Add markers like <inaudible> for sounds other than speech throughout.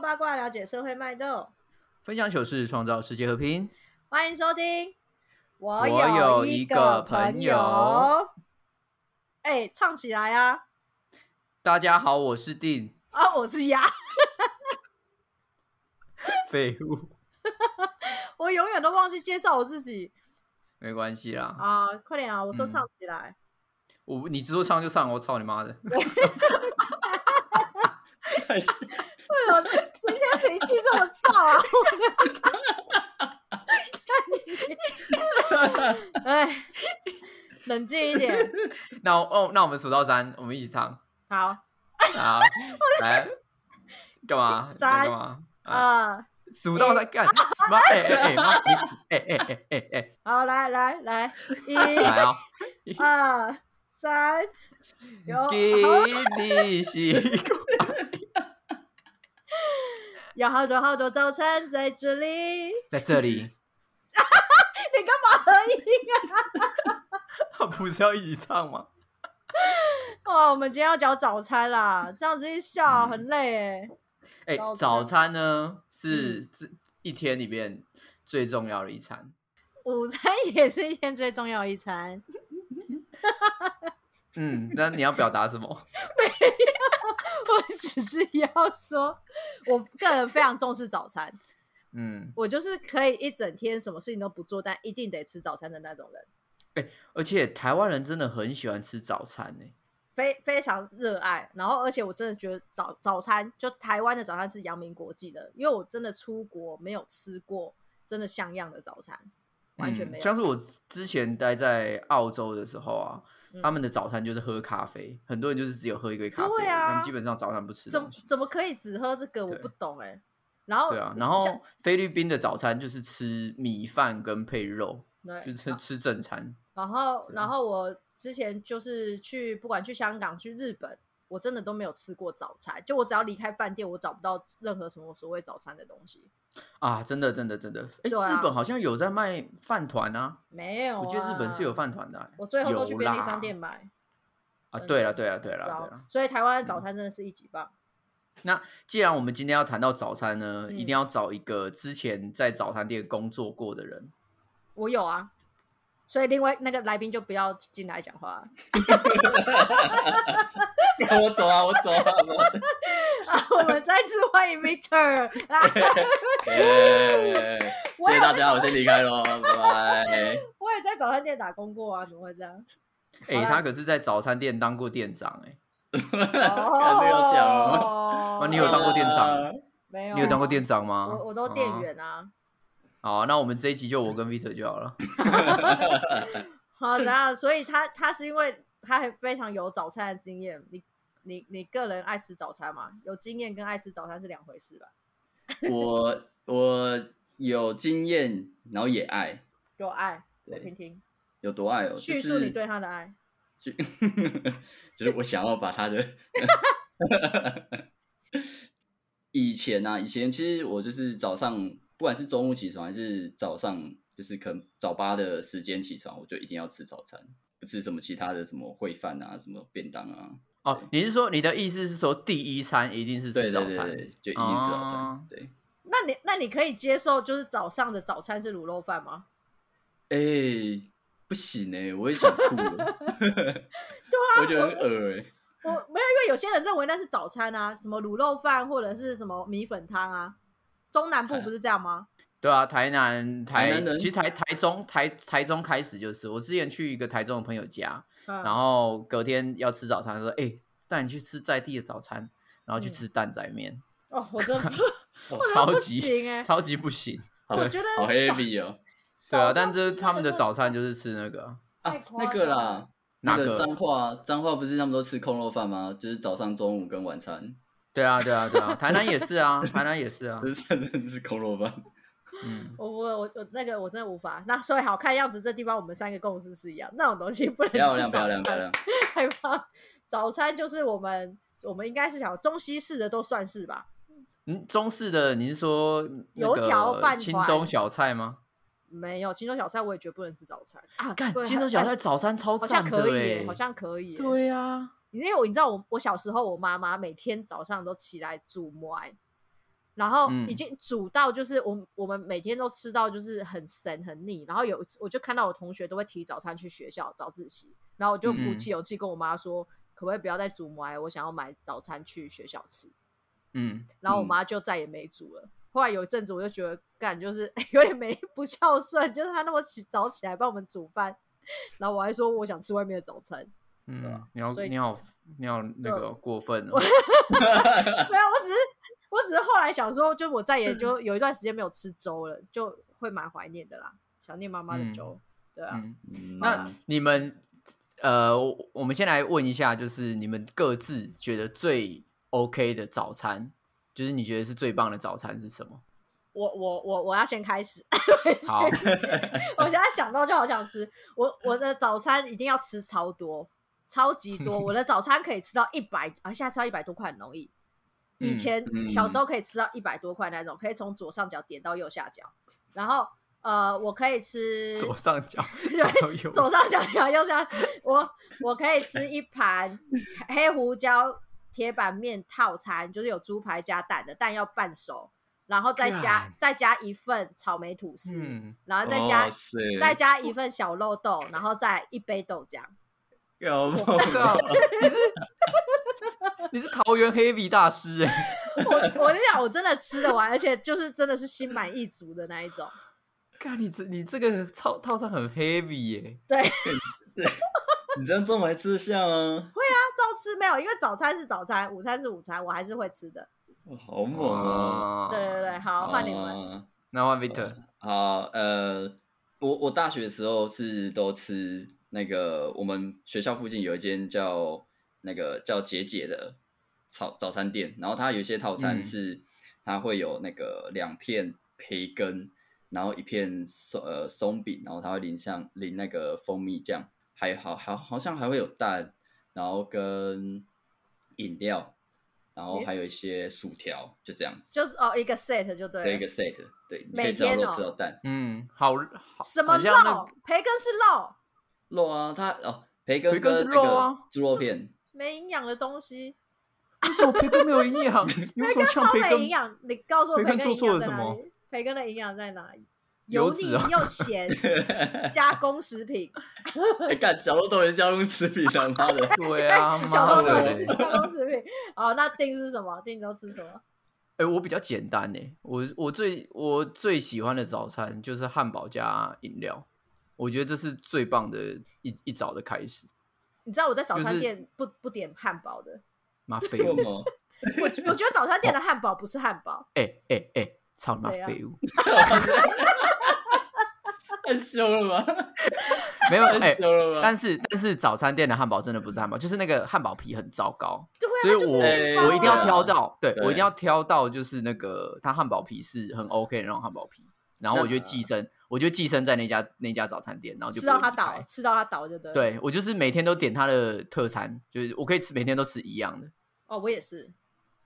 八卦，了解社会脉动。分享糗事，创造世界和平。欢迎收听。我我有一一个朋朋友。哎、唱起来啊！大家好，我是定啊，我是鸭， <laughs> 废物，我永远都忘记介绍我自己没关系啦。啊！快点啊，我说嗯唱起 <laughs> 来。我你说唱就唱，我操你妈的！还是为什么今天脾气这么燥啊？我 <laughs> 哎，冷静一点。那我哦，那我们数到三，我们一起唱。好，好，来，干嘛？你在三干嘛？啊，啊、数到三，干妈！哎哎哎妈！你哎哎哎哎哎，好，来来来，来一、啊！二、三，有好给你西瓜，有好多好多早餐在这里。在这里，你干嘛合影 <laughs> 不是要一起唱吗？啊？哦，我们今天要讲早餐啦，这样子一笑嗯很累哎。哎、早早餐嗯餐呢是这一天里面最重要的一 <laughs> 餐。午餐也是一天最重要的一餐。 <laughs> 嗯，那你要表达什 <laughs> 么？我只是要说，我个人非常重视早餐，嗯，我就是可以一整天什么事情都不做，但一定得吃早餐的那种人，而且台湾人真的很喜欢吃早餐呢、欸非非常热爱。然后，而且我真的觉得早早餐就台湾的早餐是扬名国际的，因为我真的出国没有吃过真的像样的早餐，完全没嗯。有。像是我之前待在澳洲的时候啊，嗯他们的早餐就是喝咖啡，很多人就是只有喝一杯咖啡而已，对啊他们基本上早餐不吃怎东么西。怎么可以只喝这个？我对不懂哎、然后对啊，然像后菲律宾的早餐就是吃米饭跟配肉，对啊就是吃吃正餐。然后，对啊然后我之前就是去，不管去香港、去日本，我真的都没有吃过早餐。就我只要离开饭店，我找不到任何什么所谓早餐的东西，啊，真的，真的，真的，哎、对啊日本好像有在卖饭团啊，没有、啊。我记得日本是有，饭团的欸、我最后都去有便利啦商店买。啊。嗯对了，对了，对了，知道对了。嗯所以台湾的早餐真的是一级棒。那既然我们今天要谈到早餐呢，一嗯定要找一个之前在早餐店工作过的人。我有啊，所以另外那个来宾就不要进来讲话啊 <laughs> 我走啊，我走啊，我走。啊！ <laughs> 我们再次欢迎 <laughs> Victor 啊！耶 <laughs> 我谢也谢大家，我先离开喽， <laughs> 拜拜。我也在早餐店打工过啊，怎么会这样？哎、好啦他可是在早餐店当过店长、欸， <laughs> 感觉有讲哦哦啊你有当过店长啊？没有？你有当过店长吗？哦我我都店员啊。啊。好啊、那我们这一集就我跟 Vito 就好了。 <laughs> 好，然后所以他他是因为他还非常有早餐的经验，你你你个人爱吃早餐吗？有经验跟爱吃早餐是两回事吧？呃我我有经验，然后也爱，有爱，我对听听，有多爱哦？就叙是述你对他的爱。就 <laughs> 就是我想要把他的以前啊，以前其实我就是早上，不管是中午起床还是早上，就是可能早八的时间起床，我就一定要吃早餐，不吃什么其他的什么烩饭啊，什么便当啊，哦，你是说你的意思是说第一餐一定是对吃对早对餐？对就一定吃早餐。哦对，那你那你可以接受就是早上的早餐是卤肉饭 <laughs> 吗？哎、不行哎、我也想吐了， <laughs> 我觉得很恶哎、啊我没有，因为有些人认为那是早餐啊，什么卤肉饭或者是什么米粉汤啊，中南哎部不是这样吗？对啊，台南台台南人其实台台中台台中开始就是，我之前去一个台中的朋友家，嗯，然后隔天要吃早餐，他说哎、带你去吃在地的早餐，然后去嗯吃蛋仔 <laughs> 面，哦，我 <laughs> 真的哦 <laughs> 我真的超不级行哎、超级不行，好我觉得好 heavy 哦、对啊，早上但这吃是他们的那个早餐就是吃那个太啊夸，那个张啦了，哪那个个脏，话，脏话不是他们都吃空肉饭吗？就是早上、中午跟晚餐，对啊对啊 <laughs> 对啊，台南也是啊，台南也是啊就，是真的是空 <laughs> 肉饭。嗯，我我我我那个我真的无法。那所以好看样子，这地方我们三个共识是一样，那种东西不能吃漂亮早漂亮漂餐，亮，害怕。早餐就是我们我们应该是想中西式的都算是吧？嗯，中式的你是说那油条个饭青团中小菜吗？没有青州小菜，我也绝不能吃早餐啊！干对青州小菜哎早餐超好像赞的可以哎、耶，好像可以耶。对啊，因为我你知道我我小时候我妈妈每天早上都起来煮馍，然后嗯已经煮到就是我们我们每天都吃到就是很神很腻，然后有一次我就看到我同学都会提早餐去学校早自习，然后我就鼓嗯起勇气跟我妈说，可不可以不要再煮母来，我想要买早餐去学校吃，嗯，然后我嗯妈就再也没煮了。后来有一阵子我就觉得干就是 <laughs> 有点没不孝顺，就是她那么起早起来帮我们煮饭，然后我还说我想吃外面的早餐，嗯，你好，啊所以你好，你好，对那 <laughs> 个过分哦。没有，我只是我只是后来小时候就我再嗯也就有一段时间没有吃粥了，就会蛮怀念的啦，想念妈妈的粥。对啊， <laughs> 嗯，嗯那你们呃，我我们先来问一下，就是你们各自觉得最 OK 的早餐，就是你觉得是最棒的早餐是什么？我我我我要先开始， <laughs> 好，我现在想到就好想吃。我我的早餐一定要吃超多，超级多。我的早餐可以吃到一百啊，现在吃到一百多块很容易。以嗯前嗯小时候可以吃到一百多块那种，可以从左上角点到右下角。然后呃，我可以吃左 <laughs> 上角 <laughs> 对都有左上角条右下，我我可以吃一 <laughs> 盘黑胡椒铁板面套餐，就是有猪排加蛋的，蛋要半熟，然后再加干再加一份草莓吐司，嗯，然后再加、哇塞再加一份小肉豆，然后再一杯豆浆。搞不靠好啊你是桃园黑笔大师哎、我我跟你讲，我真的吃得完，而且就是真的是心满意足的那一种。看你这你这个套套餐很 heavy 耶、你这样这么还吃得下吗？那照吃没有，因为早餐是早餐，午餐是午餐，我还是会吃的。哇好猛哦！对对对，，好，换你们。啊那换 Victor，好，呃，我我大学的时候是都吃那个我们学校附近有一间叫那个叫姐姐的早早餐店，然后它有一些套餐嗯是、它会有那个两片培根，然后一片松呃松饼，然后它会淋上淋那个蜂蜜酱，还好好好像还会有蛋，然后跟饮料，然后诶还有一些薯条，就这样子。就是哦，一个 set 就对了，的一个 set，对，你可每以吃到天肉，哦吃到蛋，嗯，好，好什么好像那肉？培根是肉，肉啊，它哦，培根培根是跟那肉个啊猪肉 <laughs> 片，没营养的东西，为什么培根没有营 <laughs> 养？你为什么呛超培没营根？养。你告诉我培培根根做营错养了在什哪么里？培根的营养在哪里？油油脂腻哦，又咸，加工食品。哎，干小肉豆也加入食品他妈的 <laughs> 对啊， <laughs> 小妈豆豆的也嘞是！加工食品。哦，那定是什么？定都吃什么？哎、我比较简单呢、我我最我最喜欢的早餐就是汉堡加饮料，我觉得这是最棒的一一早的开始。你知道我在早就餐是店不不点汉堡的，妈废 <laughs> 为什物！么？我觉得早餐店的汉堡不是汉堡，哎哎哎，操你妈怎样废物！ <laughs> <laughs> 太凶了吧？没有 <laughs> 哎、太凶了吧？但是但是早餐店的汉堡真的不是汉堡，就是那个汉堡皮很糟糕，对啊，所以它就是我、面包啊我一定要挑到，对对我一定要挑到就是那个它汉堡皮是很 OK 的那种汉堡皮，然后我就寄生，我就寄生在那家那家早餐店，然后就吃到不会它离倒开，吃到它倒就对。，对我就是每天都点它的特餐，就是我可以吃每天都吃一样的，哦，我也是，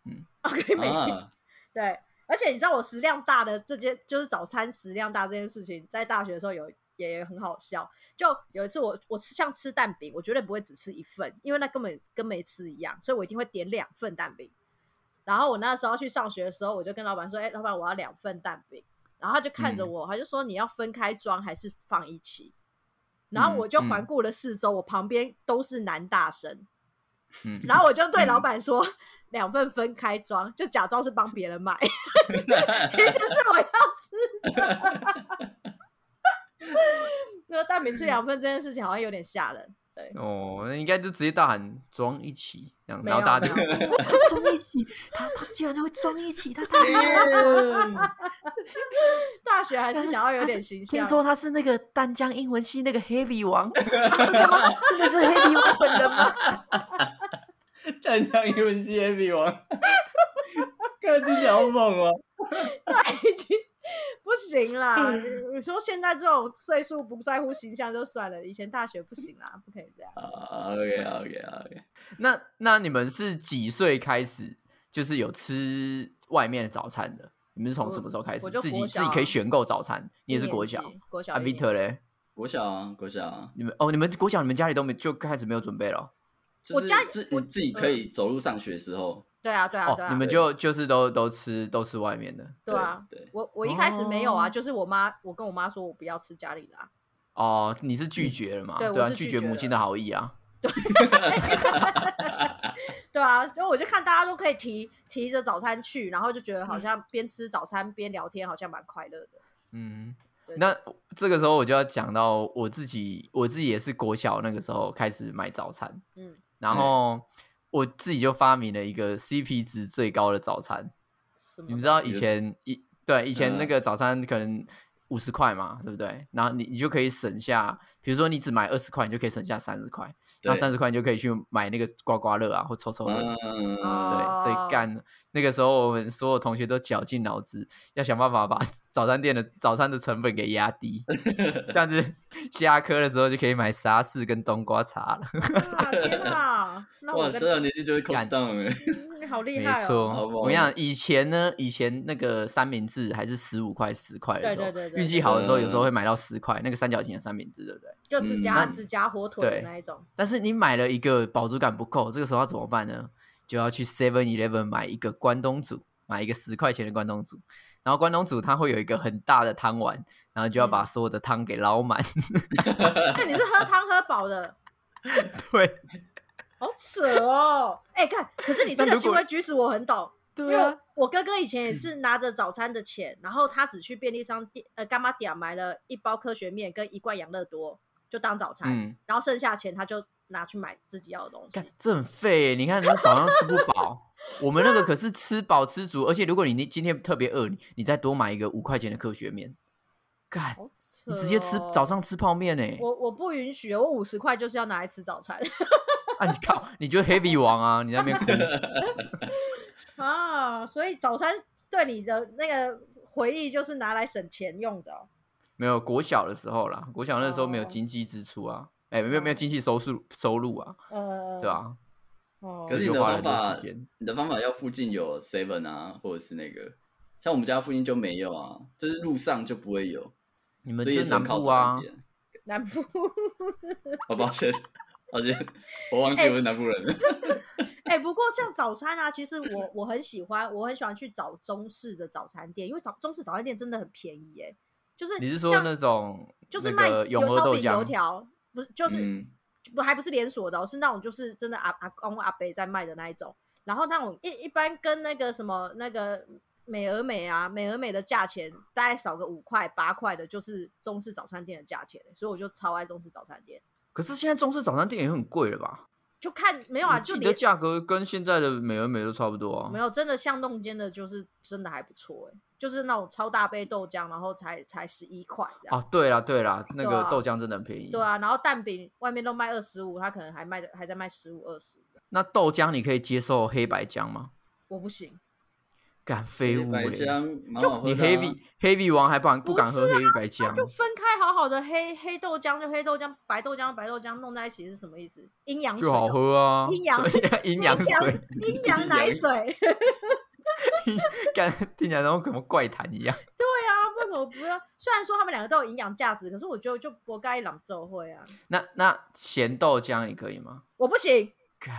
嗯，OK，每天啊， <laughs> 对，而且你知道我食量大的这件，就是早餐食量大这件事情，在大学的时候有也很好笑。就有一次我我吃像吃蛋饼，我绝对不会只吃一份，因为那根本跟没吃一样，所以我一定会点两份蛋饼。然后我那时候去上学的时候，我就跟老板说：“哎、老板，我要两份蛋饼。”然后他就看着嗯我，他就说：“你要分开装还是放一起？”然后我就嗯嗯环顾了四周，我旁边都是男大生，嗯，然后我就对老板说：“两份分开装，就假装是帮别人买。”其实是我要吃的。那蛋饼吃两份这件事情好像有点吓人，哦，那应该就直接大喊装一起，这样没然有后大家就没他装一起，他他竟然会装一起，他他大学还是想要有点形象。他是那个淡江英文系那个 Heavy 王，真的吗？真的是 Heavy 王本人吗？湛江英文系 A <laughs> B 王，看听起来好猛哦！他已经不行啦。你说现在这种岁数不在乎形象就算了，以前大学不行啦，不可以这样。啊，OK OK OK， <laughs> 那那你们是几岁开始就是有吃外面的早餐的？你们是从我什么时候开始我就自己国自小己可以啊选购早餐？你也是一年国级小，国小啊一年级，Victor 嘞？国小啊，国小啊，你们哦，你们国小你们家里都没就开始没有准备了？哦就是我家自我嗯你自己可以走路上学的时候，对啊，对啊，对哦，啊，你们哦就就是都都吃都吃外面的对啊。对，我我一开始没有啊，哦就是我妈，我跟我妈说我不要吃家里的啊。 <laughs> 哦，你是拒绝了嘛？嗯对对我啊，是拒拒绝绝母了亲的好意啊。对啊，就我就看大家都可以提提着早餐去，然后就觉得好像边吃早餐边聊天，好像蛮快乐的。嗯对，那这个时候我就要讲到我自己，我自己也是国小那个时候开始买早餐，嗯，然后我自己就发明了一个 CP 值最高的早餐。什么你们？知道以前一对以前那嗯个早餐可能五十块嘛，对不对？然后你你就可以省下，比如说你只买二十块，你就可以省下三十块，那对三十块你就可以去买那个刮刮乐啊或抽抽乐。嗯哦，对，所哦以干那个时候，我们所有同学都绞尽脑汁，要想办法把早餐店的早餐的成本给 <laughs> 压低，这样子下课的时候就可以买沙士跟冬瓜茶了。啊天 <laughs> 啊！那哇，我小小跟年纪就会 cost down 哎，嗯你好厉没害错，哦！好猛我跟你讲，以前呢，以前那个三明治还是十五块、十块的对时对候，对对运气对好的时候，有时候嗯会买到十块那个三角形的三明治，对不对？就只嗯加那只加火腿的对那一种。但是你买了一个饱足感不够，这个时候要怎么办呢？就要去 Seven Eleven 买一个关东煮，买一个十块钱的关东煮。然后关东煮它会有一个很大的汤碗，然后就要把嗯所有的汤给捞 <laughs> 满。那你是喝汤喝饱的，对好扯哦！哎，看，可是你这那个如行果为举止我很懂，因对啊为，我哥哥以前嗯也是拿着早餐的钱，然后他只去便利商店呃干妈点买了一包科学面跟一罐养乐多，就当早餐，嗯，然后剩下钱他就拿去买自己要的东干西。这很废耶。你看，那早上吃不饱， <laughs> 我们那个可是吃饱吃足，而且如果你那今天特别饿，你你再多买一个五块钱的科学面，干，好扯、你哦！直接吃早上欸吃泡面呢、 <laughs> 我我不允许，我五十块就是要拿来吃早餐 <laughs> 啊，你靠，你就 heavy 王啊，你在那边哭。啊！所以早餐对你的那个回忆就是拿来省钱用的哦、没有国小的时候啦，国小那时候没有哦经济支出啊，哎、没有没有哦经济收入收入啊，呃，对吧、啊？哦，可是就你的花了很方多法时间。你的方法要附近有 Seven 啊，或者是那个，像我们家附近就没有啊，就是路上就不会有，你们所就以也是只南能靠部早啊餐，店。南部好抱歉，抱歉，我忘记我是南部人了。 <laughs> 哎、不过像早餐啊，其实我我很喜欢，我很喜欢去找中式的早餐店，因为早中式早餐店真的很便宜耶、就是你是说像那种就是那卖个永油和烧豆饼、油浆条，不是就是、嗯，不还不是连锁的哦、是那种就是真的阿阿公阿伯在卖的那一种，然后那种一一般跟那个什么那个美而美啊，美而美的价钱大概少个五块八块的，就是中式早餐店的价钱，所以我就超爱中式早餐店。可是现在中式早餐店也很贵了吧？就看没有啊，我就记连得价格跟现在的美而美都差不多啊。没有，真的巷弄间的，就是真的还不错哎、就是那种超大杯豆浆，然后才才十一块这样。啊，对啦对啦，那对个啊豆浆真的很便宜。对，啊，然后蛋饼外面都卖二十五，他可能还卖的还在卖十五二十，那豆浆你可以接受黑白浆吗？我不行。敢废物百嘞！香蛮好喝你的啊 heavy heavy 王还不敢不不敢喝是黑啊白那浆？就分开好好的黑黑豆浆就黑豆浆，白豆浆白豆浆弄在一起是什么意思？阴阳水哦、就好喝啊，阴阳对呀阴阳水，阴阳奶 <laughs> 水。感听起来像什么怪谈一样。 <laughs> 对啊，为什么不要？虽然说他们两个都有营养价值，可是我觉得就不该朗奏会啊，那那咸豆浆你可以吗？我不行干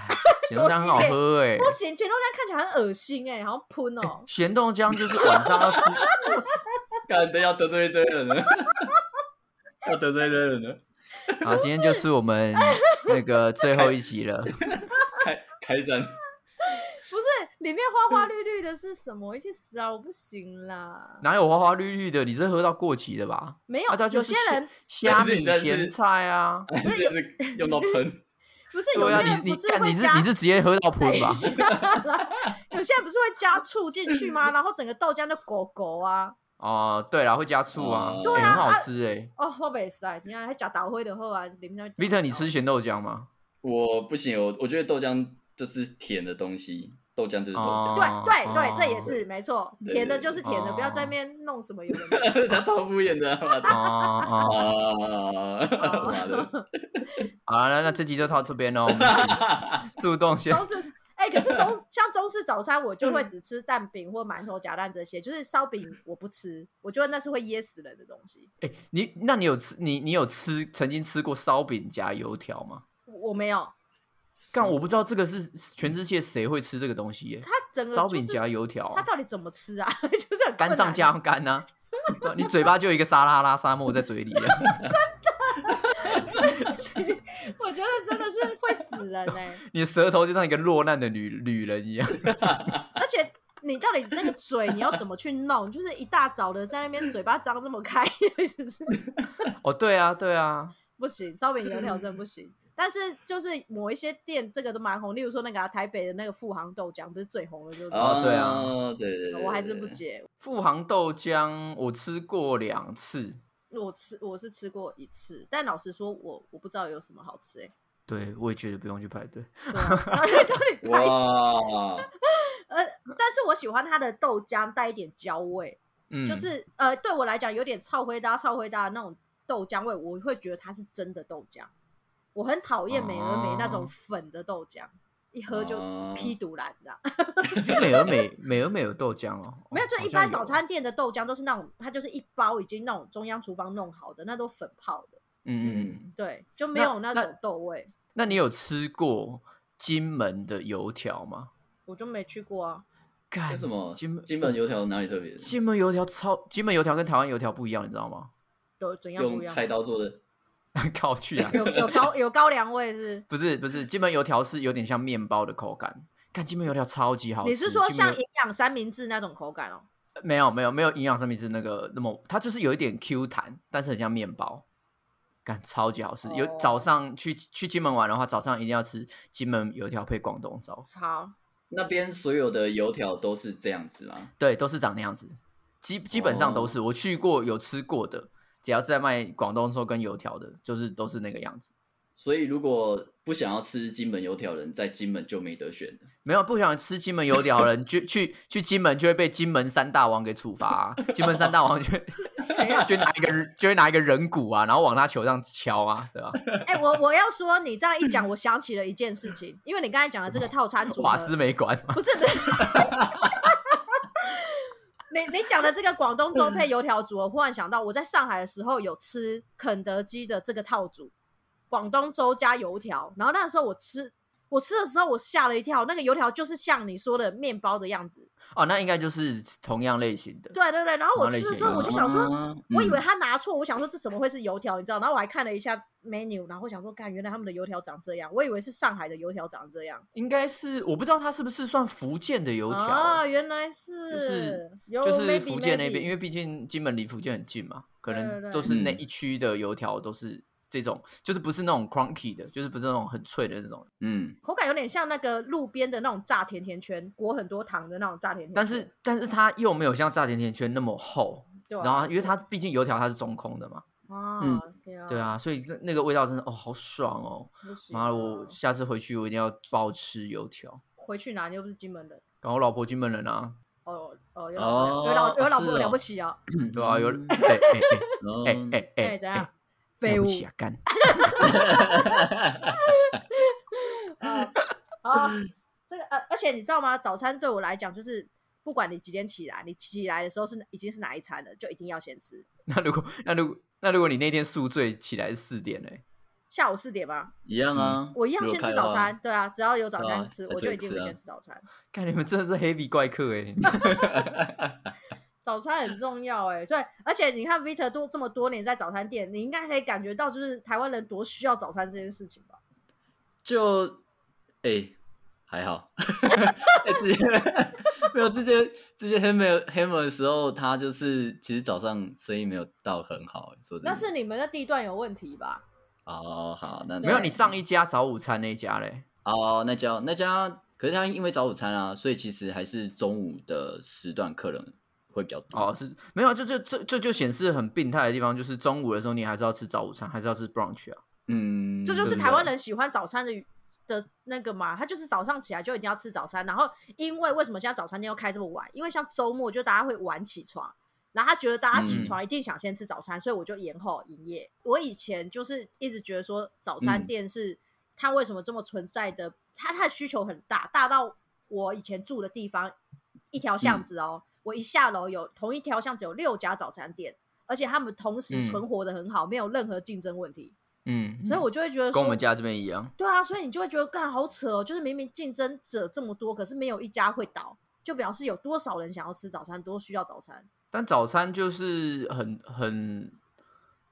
咸豆浆很好 <laughs> 喝哎、不行，卷豆浆看起来很恶心哎、好像喷哦、咸豆浆就是晚上 <laughs> 要吃，干的要得罪一堆人了，要得罪一堆人了，啊，今天就是我们那个最后一集了。开开战，不是，里面花嗯花绿绿的是什么意思啊？我不行啦，哪有花花绿绿的？你是喝到过期的吧？没有，啊，它有就是些人虾但是米你但是咸菜啊，真是用到喷，不是有对些啊，人你不你干会你是加你是直接喝到喷吧？ <laughs> 有些人不是会加醋进去吗？然后整个豆浆就狗狗啊，哦，对啦，会加醋啊，对欸啊很好啊吃哎。哦，我北塞，今天还加倒灰的后啊，里面那 Peter，你吃咸豆 <laughs> 浆吗？我不行，我我觉得豆浆就是甜的东西，豆浆就是豆对浆，哦对对，这也哦是没错，对甜的对就是甜的，不要在哦那边弄什么有的没的。 <laughs> 他超敷衍的啊，妈的哦哦，啊，妈的， <laughs> 好了，那那这集就到这边喽。我们速冻先中式哎、可是 <laughs> 中像中式早餐，我就嗯会只吃蛋饼或馒头夹蛋这些，就是烧饼我不吃，我觉得那是会噎死人的东西。欸你那你有吃你你有吃曾经吃过烧饼夹油条吗？我我没有，干，我不知道这个是全世界谁会吃这个东西耶、它整个烧就饼是夹油条啊、它到底怎么吃啊？ <laughs> 就是很干困上难加干呐、啊，你嘴巴就有一个沙拉拉沙漠在嘴里啊。我觉得真的是会死人欸呢、 <laughs> 你的舌头就像一个落难的女女人一样，而且你到底那个嘴你要怎么去弄？就是一大早的在那边嘴巴张那么开， <laughs> 就是哦，对啊，对啊，不行，烧饼油条真的不行。但是就是某一些店这个都蛮红，例如说那个啊、台北的那个富航豆浆不是最红的，就是、哦对啊哦对对对，我还是不对。解。富航豆浆我吃过两次，我吃我是吃过一次，但老实说我我不知道有什么好吃哎、欸。对我也觉得不用去排队。对啊，到底到底拍哇，呃，但是我喜欢它的豆浆带一点焦味，嗯，就是呃，对我来讲有点超灰搭超灰搭的那种豆浆味，我会觉得它是真的豆浆。我很讨厌美而美那种哦粉的豆浆，一喝就哦批毒蓝这样。就美而美，美而美有豆浆哦，没有，哦就好一像般有早餐店的豆浆都是那种，它就是一包已经那种中央厨房弄好的，那都粉泡的，嗯嗯嗯。对，就没那有那那种豆味，那你有吃过金门的油条吗？我就没去过啊。干为什么哎金门金门油条哪里特别？金门油条超金门油条跟台湾油条不一样，你知道吗？ <laughs> 有怎样不用一样？菜刀做的靠去 <laughs> 啊！有有高有高粱味是不是？不是不是，金门油条是有点像面包的口感，看金门油条超级好吃。你是说金门像油营养三明治那种口感哦？没有没有没有营养上面是那个那么，它就是有一点 Q 弹，但是很像面包，感超级好吃。有哦早上去去金门玩的话，早上一定要吃金门油条配广东烧，好，那边所有的油条都是这样子吗？对，都是长那样子，基基本上都哦是、我去过有吃过的，只要是在卖广东烧跟油条的，就是都是那个样子。所以如果不想要吃金门油条的人，在金门就没得选了。没有不想吃金门油条的人， <laughs> 去去去金门就会被金门三大王给处罚啊、金门三大王就会啊就会拿一个人就会拿一个人骨啊，然后往他球上敲啊，对吧？哎、我我要说，你这样一讲，我想起了一件事情，因为你刚才讲的这个套餐组合瓦斯没管嘛。不是不是，你你讲的这个广东粥配油条组，我忽然想到，我在上海的时候有吃肯德基的这个套组，广东粥加油条，然后那时候我吃。我吃的时候，我吓了一跳，那个油条就是像你说的面包的样子， <laughs> 哦，那应该就是同样类型的。对对对。然后我哪里吃的写时候，油我就想说，啊我以为嗯他拿错，我想说这怎么会是油条，你知道？然后我还看了一下 menu，然后想说，看原来他们的油条长这样，我以为是上海的油条长这样。应该是我不知道它是不是算福建的油条、啊，原来是是有就是福 maybe，建那边， maybe 因为毕竟金门离福建很近嘛，可对能对啊都是那嗯一区的油条都是这种，就是不是那种 crunchy 的，就是不是那种很脆的那种。嗯，口感有点像那个路边的那种炸甜甜圈，裹很多糖的那种炸甜甜圈。但是但是它又没有像炸甜甜圈那么厚，对啊，然后因为它毕竟油条它是中空的嘛，啊，天啊对，啊，所以那那个味道真的哦好爽哦！不行妈啊的，我下次回去我一定要暴吃油条。回去拿，你又不是金门人。然后我老婆金门人啊，哦哦，有哦老有老有老是婆哦了不起啊！对啊，有嗯哎哎哎 <laughs> 哎哦哎哎哎，怎样？对废物不起啊，干！啊！啊，嗯这个呃，而且你知道吗？早餐对我来讲就是。不管你几点起来，你起来的时候是已经是哪一餐了，就一定要先吃。那如果那如果那如果你那天宿醉起来是四点嘞，下午四点吧，一样嗯啊，我一样如果先吃开早的话餐。。对啊，只要有早对啊餐吃，还我是就会一定吃会啊先吃早餐。看你们真的是黑皮怪 <laughs> 客哎！早餐很重要哎、所以而且你看 Vita 多这么多年在早餐店，你应该可以感觉到就是台湾人多需要早餐这件事情吧？就哎、还好， <laughs> 哎之前 <laughs> 没有之前之前 hammer hammer 的时候，他就是其实早上生意没有到很好、说真的那是你们的地段有问题吧？哦好，那对没有，你上一家早午餐那一家嘞，哦那家那家，可是他因为早午餐啊，所以其实还是中午的时段客人会比较多哦，是没有啊，这这这这就显示很病态的地方，就是中午的时候你还是要吃早午餐，还是要吃 brunch 啊？嗯，这就是对不台湾对人喜欢早餐的的那个嘛，他就是早上起来就一定要吃早餐，然后因为为什么现在早餐店要开这么晚？因为像周末就大家会晚起床。然后他觉得大家起床一定想先吃早餐，所以我就延后营业。我以前就是一直觉得说早餐嗯店是它为什么这么存在的，它它的需求很大，大到我以前住的地方一条巷子哦，我一下楼有同一条巷子有六家早餐店，而且他们同时嗯存活的很好，没有任何竞争问题。嗯，所以我就会觉得跟我们说，家这边一样，对啊，所以你就会觉得干好扯哦，就是明明竞争者这么多，可是没有一家会倒，就表示有多少人想要吃早餐，多需要早餐。但早餐就是很很，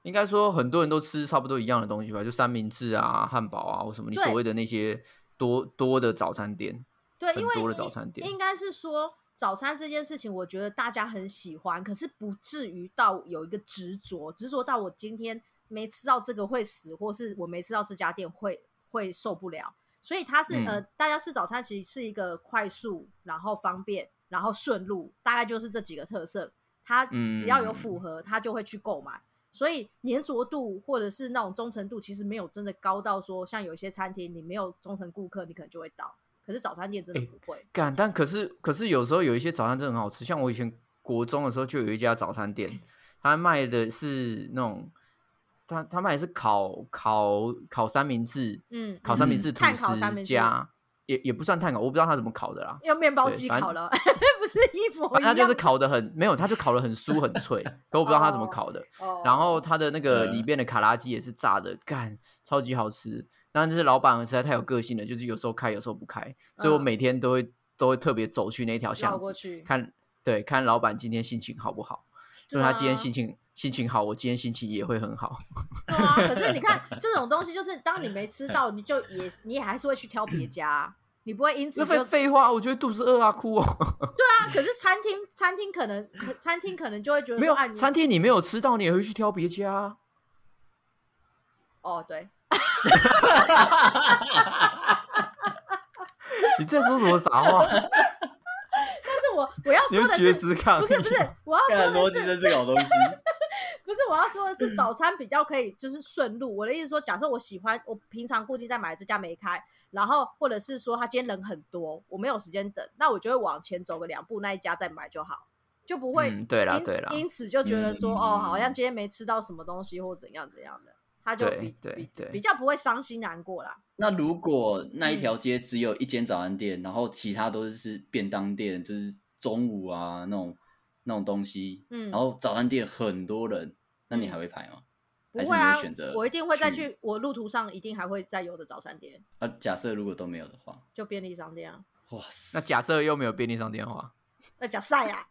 应该说很多人都吃差不多一样的东西吧，就三明治啊、汉堡啊或什么，你对所谓的那些多多的早餐店，对，很因为多的应早餐店应该是说早餐这件事情，我觉得大家很喜欢，可是不至于到有一个执着，执着到我今天没吃到这个会死，或是我没吃到这家店会会受不了。所以它是、嗯呃，大家吃早餐其实是一个快速，然后方便，然后顺路，大概就是这几个特色。它只要嗯有符合，它就会去购买。所以粘着度或者是那种忠诚度，其实没有真的高到说，像有一些餐厅你没有忠诚顾客，你可能就会倒。可是早餐店真的哎不会。干，但可是可是有时候有一些早餐真的很好吃，像我以前国中的时候就有一家早餐店，他卖的是那种，他他卖的是烤烤烤三明治，嗯，烤三明嗯治吐碳烤三司明治加，也也不算碳烤，我不知道他怎么烤的啦，用面包对机反烤正了， <laughs> 不是一模反一正他样。就是烤的很没有，他就烤的很酥很脆， <laughs> 可我不知道他怎么哦烤的。哦，然后它的那个里嗯边的卡拉鸡也是炸的，干超级好吃。然后就是老板实在太有个性了，就是有时候开，有时候不开，所以我嗯每天都会都会特别走去那条绕巷过子去，看，对，看老板今天心情好不好。如对果他今啊天心情心情好，我今天心情也会很好。对啊。可是你 <laughs> 看这种东西，就是当你没吃到，你就也你也还是会去挑别家啊，你不会因此这就废废话，我觉得肚子饿啊，哭哦。啊。可是餐厅餐厅可能可餐厅可能就会觉得说没有啊你餐厅你没有吃到，你也会去挑别家啊。哦对，你在说什么傻话？但是我我要你说会的绝是食 <laughs> 抗不议是不是我要 <laughs> 看说逻哦的辑是真嗯是个好东西。不是，我要说的是早餐比较可以就是顺路。我的意思说，假设我喜欢，我平常固定在买这家没开，然后或者是说他今天人很多，我没有时间等，那我就会往前走个两步，那一家再买就好，就不会因、嗯，对啦对啦，因此就觉得说、嗯哦，好像今天没吃到什么东西或怎样怎样的，他就比对对比对比较不会伤心难过啦。那如果嗯那一条街只有一间早餐店，然后其他都是便当店，就是中午啊那种那种东西，嗯然后早餐店很多人，那你还会排吗？不会啊还是你会选择，我一定会再去去，我路途上一定还会再有的早餐店，啊，假设如果都没有的话，就便利商店啊，哇塞，那假设又没有便利商店的话，那假晒啊。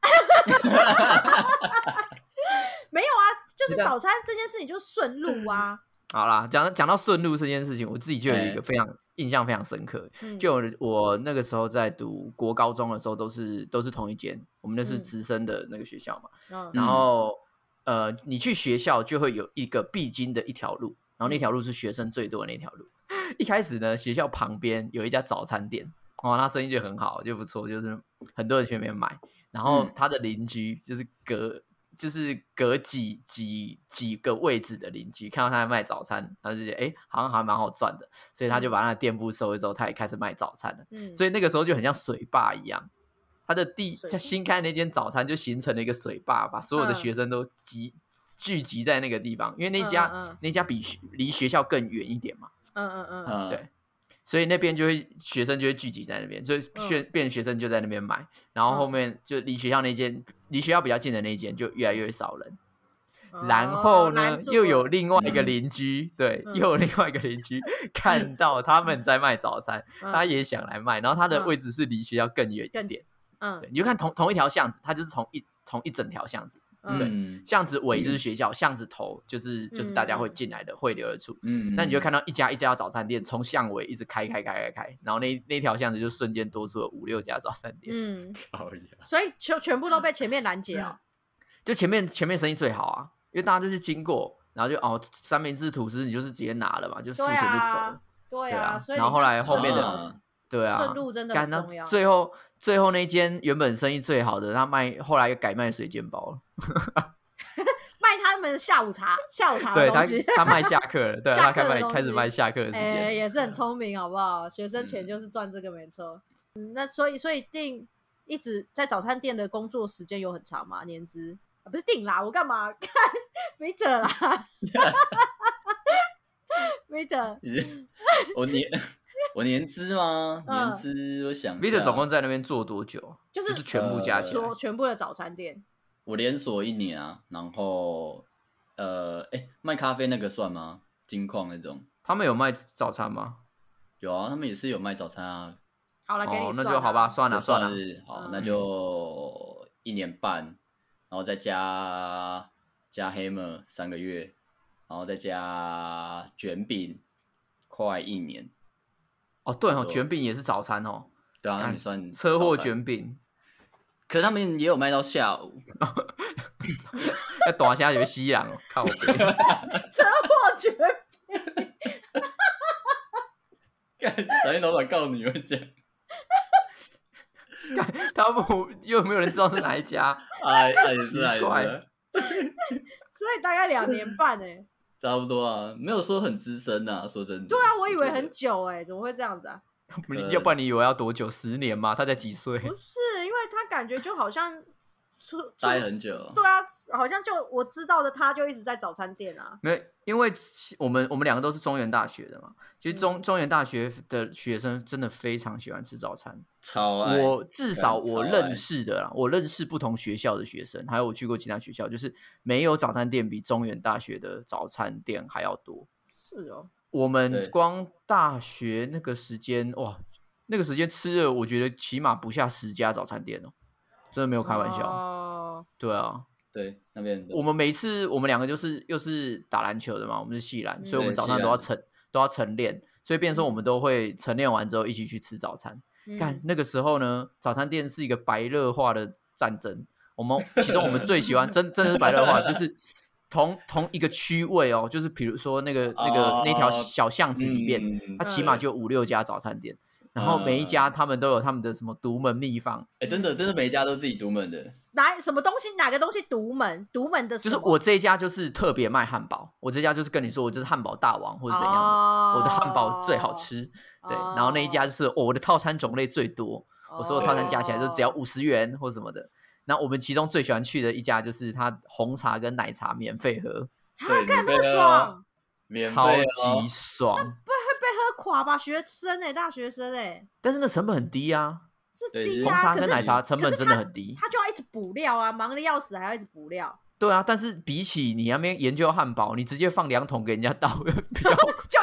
没有啊，就是早餐这件事情就是顺路啊。好啦，讲讲到顺路这件事情，我自己就有一个哎非常、印象非常深刻。嗯就我我那个时候在读国高中的时候，都是都是同一间，我们那是嗯直升的那个学校嘛。嗯然后呃，你去学校就会有一个必经的一条路，然后那条路是学生最多的那条路。 <laughs> 一开始呢，学校旁边有一家早餐店，哦，那生意就很好，就不错，就是很多人去那边买。然后嗯他的邻居就是隔就是隔几几几个位置的邻居，看到他在卖早餐，然后就觉得哎、诶好像还蛮好赚的，所以他就把他的店铺收一收，他也开始卖早餐了。嗯，所以那个时候就很像水坝一样，他的地水在新开那间早餐就形成了一个水坝，把所有的嗯学生都集、聚集在那个地方，因为那家、嗯嗯嗯那家比学离学校更远一点嘛，嗯嗯嗯，呃，对，所以那边就会学生就会聚集在那边，所以嗯学、变成学生就在那边买，然后后面就离学校那间离学校比较近的那间就越来越少人，哦呃然后呢拦，住又有另外一个嗯邻居，对，嗯又有另外一个邻居看到他们在卖早餐，嗯他也想来卖，然后他的嗯位置是离学校更远一更点，嗯对，你就看同同一条巷子，它就是从一从一整条巷子，嗯嗯巷子尾就是学校，巷子头就是就是大家会嗯进来的汇流而出，嗯，那你就看到一家一家的早餐店从巷尾一直开开开开开，然后那那条巷子就瞬间多出了五六家早餐店，嗯，到 <laughs> 呀，所以全全部都被前面拦截嗯哦。就前面前面生意最好啊，因为大家就是经过，然后就哦三明治吐司你就是直接拿了嘛，就付对钱就走啊了，，对对啊，啊所以嗯然后后来后面的啊对啊，顺路真的干很那重要。最后最后那间原本生意最好的，他卖后来改卖水煎包了，卖他们下午茶，下午茶的对他啊东西，他卖下课了，对、啊，下他课开的卖东开始西卖下课的时间，哎，也是很聪明，好不好？学生钱嗯就是赚这个，没错。嗯，那所以所以定一直在早餐店的工作时间有很长吗？年资、啊、不是定啦，我干嘛 <laughs> 看没辙 <laughs> 啦，没辙。你是我年我年资吗？嗯年资，我想一 Vita 下总共在那边做多久啊？就呃就是是全部加起来说全部的早餐店，我连锁一年啊，然后呃，哎，卖咖啡那个算吗？金矿那种。他们有卖早餐吗？有啊，他们也是有卖早餐啊。好了，给哦你，那算就好吧，啊算了就算了。是好嗯，那就一年半，然后再加加 Hammer 三个月，然后再加卷饼快一年。哦，对哦，多卷饼也是早餐哦。对啊，那干你算车祸早餐，卷饼，可是他们也有卖到下午。要短下学西洋哦，靠 <laughs> 北！ <laughs> 车祸绝干小心老板告你，我讲，他不又没有人知道是哪一 <laughs> 家，哎哎也是啊，也奇是怪啊所以大概两年半哎、差不多啊，没有说很资深呐、啊，说真的。对啊，我以为觉得很久哎、怎么会这样子啊？不可要不然你以为要多久？十年吗？他才几岁？不是，因为他感觉就好像出出待很久。对啊，好像就我知道的，他就一直在早餐店啊。没有，因为其我们我们两个都是中原大学的嘛。其实中、嗯中原大学的学生真的非常喜欢吃早餐。超爱我至少干我超认爱识的啦，我认识不同学校的学生，还有我去过其他学校，就是没有早餐店比中原大学的早餐店还要多。是哦，我们对光大学那个时间，哇，那个时间吃了，我觉得起码不下十家早餐店哦，真的没有开玩笑。哦，对啊，对那边的我们每一次我们两个就是又是打篮球的嘛，我们是系篮，嗯所以我们对早上系都要篮嗯晨都要晨练，所以变成说我们都会晨练完之后一起去吃早餐。干、嗯那个时候呢，早餐店是一个白热化的战争。我们其中我们最喜欢真真的是白热化，就是同同一个区位哦，就是比如说那个那个、那条哦小巷子里面，嗯它起码就有五六家早餐店，嗯然后每一家他们都有他们的什么独门秘方，哎、真的真的每一家都自己独门的，哪什么东西？哪个东西独门？独门的就是什么我这一家就是特别卖汉堡，我这家就是跟你说我就是汉堡大王或者怎样的，哦我的汉堡最好。吃，对，然后那一家就是、哦我的套餐种类最多，我所有套餐加起来就只要哦五十元或什么的。那我们其中最喜欢去的一家就是它红茶跟奶茶免费喝，啊，对干那免么费哦爽，免费超哦级爽，会被喝垮吧？学生哎、大学生哎、但是那成本很低啊，是对低是红啊，茶可跟是奶茶成可本是真的它很低。他就要一直补料啊，忙的要死，还要一直补料，对啊，但是比起你那边研究汉堡，你直接放两桶给人家倒， <laughs> 比较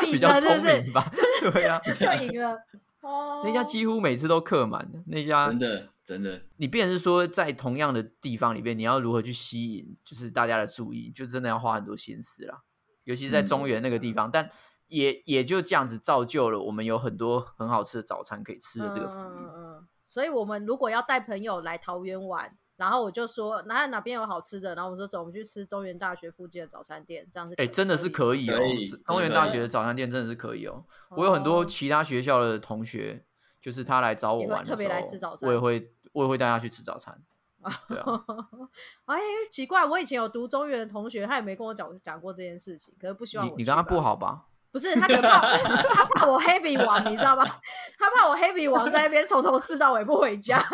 就比赢较了是聪不是明吧？ <laughs> 对啊，就赢 <laughs> 了。哦，那家几乎每次都客满的，那家真的真的你变成是说，在同样的地方里面，你要如何去吸引就是大家的注意，就真的要花很多心思啦。尤其是在嗯中原那个地方，但也也就这样子造就了我们有很多很好吃的早餐可以吃的这个福嗯利嗯。嗯嗯。所以我们如果要带朋友来桃园玩，然后我就说哪哪边有好吃的，然后我说走，我们去吃中原大学附近的早餐店，这样是哎、真的是可以哦可以！中原真的大学的早餐店真的是可以哦。我有很多哦其他学校的同学，就是他来找我也会玩的特别时来候吃早我也餐哦会我也会带他去吃早 <laughs> 餐。对啊，哎，奇怪，我以前有读中原的同学，他也没跟我讲讲过这件事情，可是不希望你我你去跟他吧不，好吧？不是他可能怕我他怕我 heavy 王，你知道吗？他怕我 heavy 王在那边从头吃到尾不回家。 <laughs>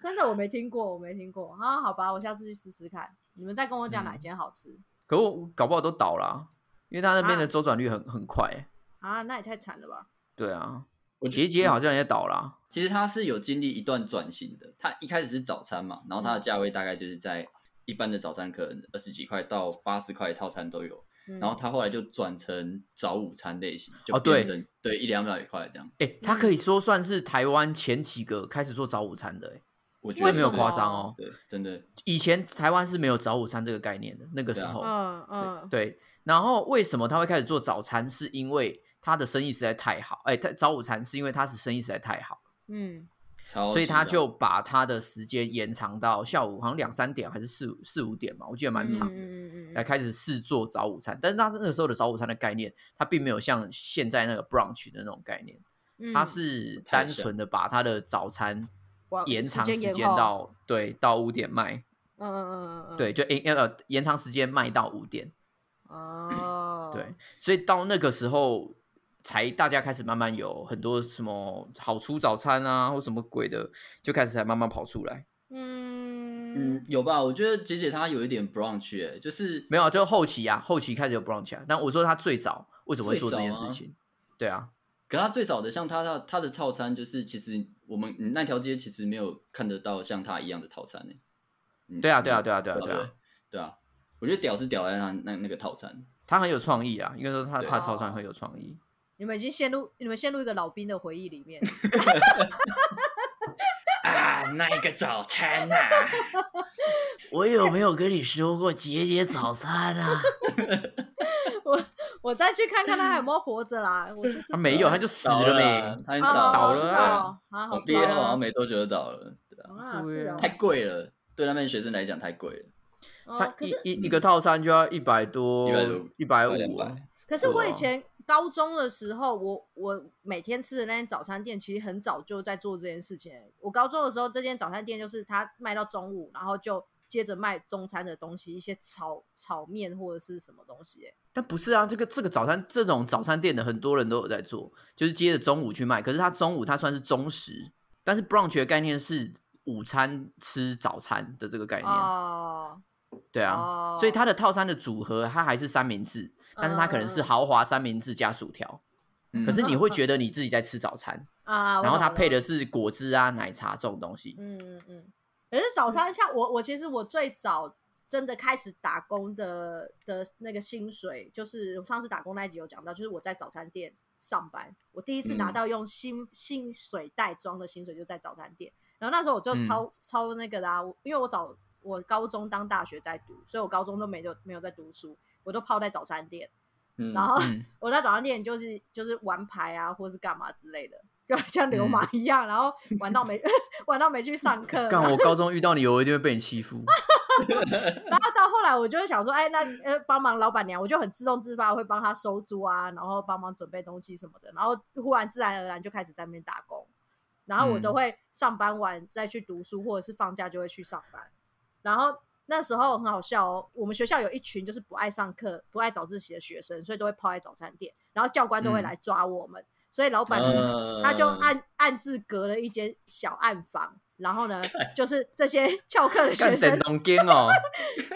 真的，我没听过，我没听过啊。好吧，我下次去试试看。你们再跟我讲哪嗯间好吃、可我搞不好都倒了啊、因为他那边的啊周转率很很快欸、啊？那也太惨了吧！对啊，我觉嗯杰得杰好像也倒了啊、其实他是有经历一段转型的。他一开始是早餐嘛，然后他的嗯价位大概就是在一般的早餐可能二十几块到八十块套餐都有。嗯、然后他后来就转成早午餐类型，哦就对变成、对一两百块这样。哎、他嗯可以说算是台湾前几个开始做早午餐的、欸，我觉这得为没什有么夸张哦。对，真的以前台湾是没有早午餐这个概念的，那个时对啊候，嗯嗯，对。然后为什么他会开始做早餐？是因为他的生意实在太好，哎、他早午餐是因为他是生意实在太好，嗯超级所以他的就把他的时间延长到下午，好像两三点还是四五四五点嘛，我记得蛮长的。嗯嗯嗯来开始试做早午餐，但是他那个时候的早午餐的概念，它并没有像现在那个 brunch 的那种概念，嗯，它是单纯的把它的早餐往延时长时间延间后到对到五点卖，嗯嗯嗯嗯嗯，对，就延呃延长时间卖到五点，哦， <laughs> 对，所以到那个时候才大家开始慢慢有很多什么好出早餐啊或什么鬼的，就开始才慢慢跑出来。嗯嗯有吧？我觉得姐姐她有一点 brunch 哎、就是没有啊，就后期啊，后期开始有 brunch 啊，但我说他最早为什么会做这件最事早啊情？对啊，可他最早的像他他他的套餐，就是其实我们嗯那条街其实没有看得到像他一样的套餐呢、嗯嗯对啊对啊对啊对啊对啊对啊！我觉得屌是屌在他那那个套餐，他很有创意啊，应该说他对他的早餐很有创意。你们已经陷入你们陷入一个老兵的回忆里面。 <laughs> 啊，那一个早餐呐、啊，我有没有跟你说过姐姐早餐啊？我再去看看他还有没有活着啦。我去支持他啊没有，他就死倒了啊没。他已经哦倒倒了哦啊啊，好我毕业后好像没没多久就倒了，对啊，啊，对是啊哦太贵了，对那边学生来讲太贵了。哦他可一是一一个套餐就要一百多100多，一百快五200啊。可是对我以啊前高中的时候，我我每天吃的那间早餐店，其实很早就在做这件事情欸。我高中的时候，这间早餐店就是它卖到中午，然后就接着卖中餐的东西，一些炒炒面或者是什么东西欸。但不是啊，这个这个早餐这种早餐店的很多人都有在做，就是接着中午去卖。可是他中午他算是中食，但是 brunch 的概念是午餐吃早餐的这个概念，哦，对啊。哦所以它的套餐的组合，它还是三明治，但是它可能是嗯嗯嗯豪华三明治加薯条。嗯可是 <laughs> 你会觉得你自己在吃早餐，啊，我然后它懂配了的是果汁啊、奶茶这种东西。嗯嗯嗯。可是早餐像我，我其实我最早真的开始打工的的那个薪水，就是我上次打工那一集有讲到，就是我在早餐店上班，我第一次拿嗯到用薪、薪水袋装的薪水就在早餐店。然后那时候我就超、超那个啦、我因为我早我高中当大学在读，所以我高中都没有没有在读书，我都泡在早餐店。嗯然后嗯， <laughs> 我在早餐店就是就是玩牌啊，或是干嘛之类的，就像流氓一样，然后玩到没 <laughs> 玩到没去上课，然嗯干后我高中遇到你，我一定会被你欺负。 <laughs> 然后到后来我就会想说，哎，那呃帮忙老板娘，我就很自动自发地会帮她收租啊，然后帮忙准备东西什么的，然后忽然自然而然就开始在那边打工，然后我都嗯会上班完再去读书，或者是放假就会去上班，然后。那时候很好笑哦，我们学校有一群就是不爱上课、不爱早自习的学生，所以都会泡在早餐店，然后教官都会嗯啊来抓我们，所以老板娘嗯他就暗暗自隔了一间小暗房，然 <laughs> 后呢，就是这些翘课的 <laughs> 学干生整龙间哦，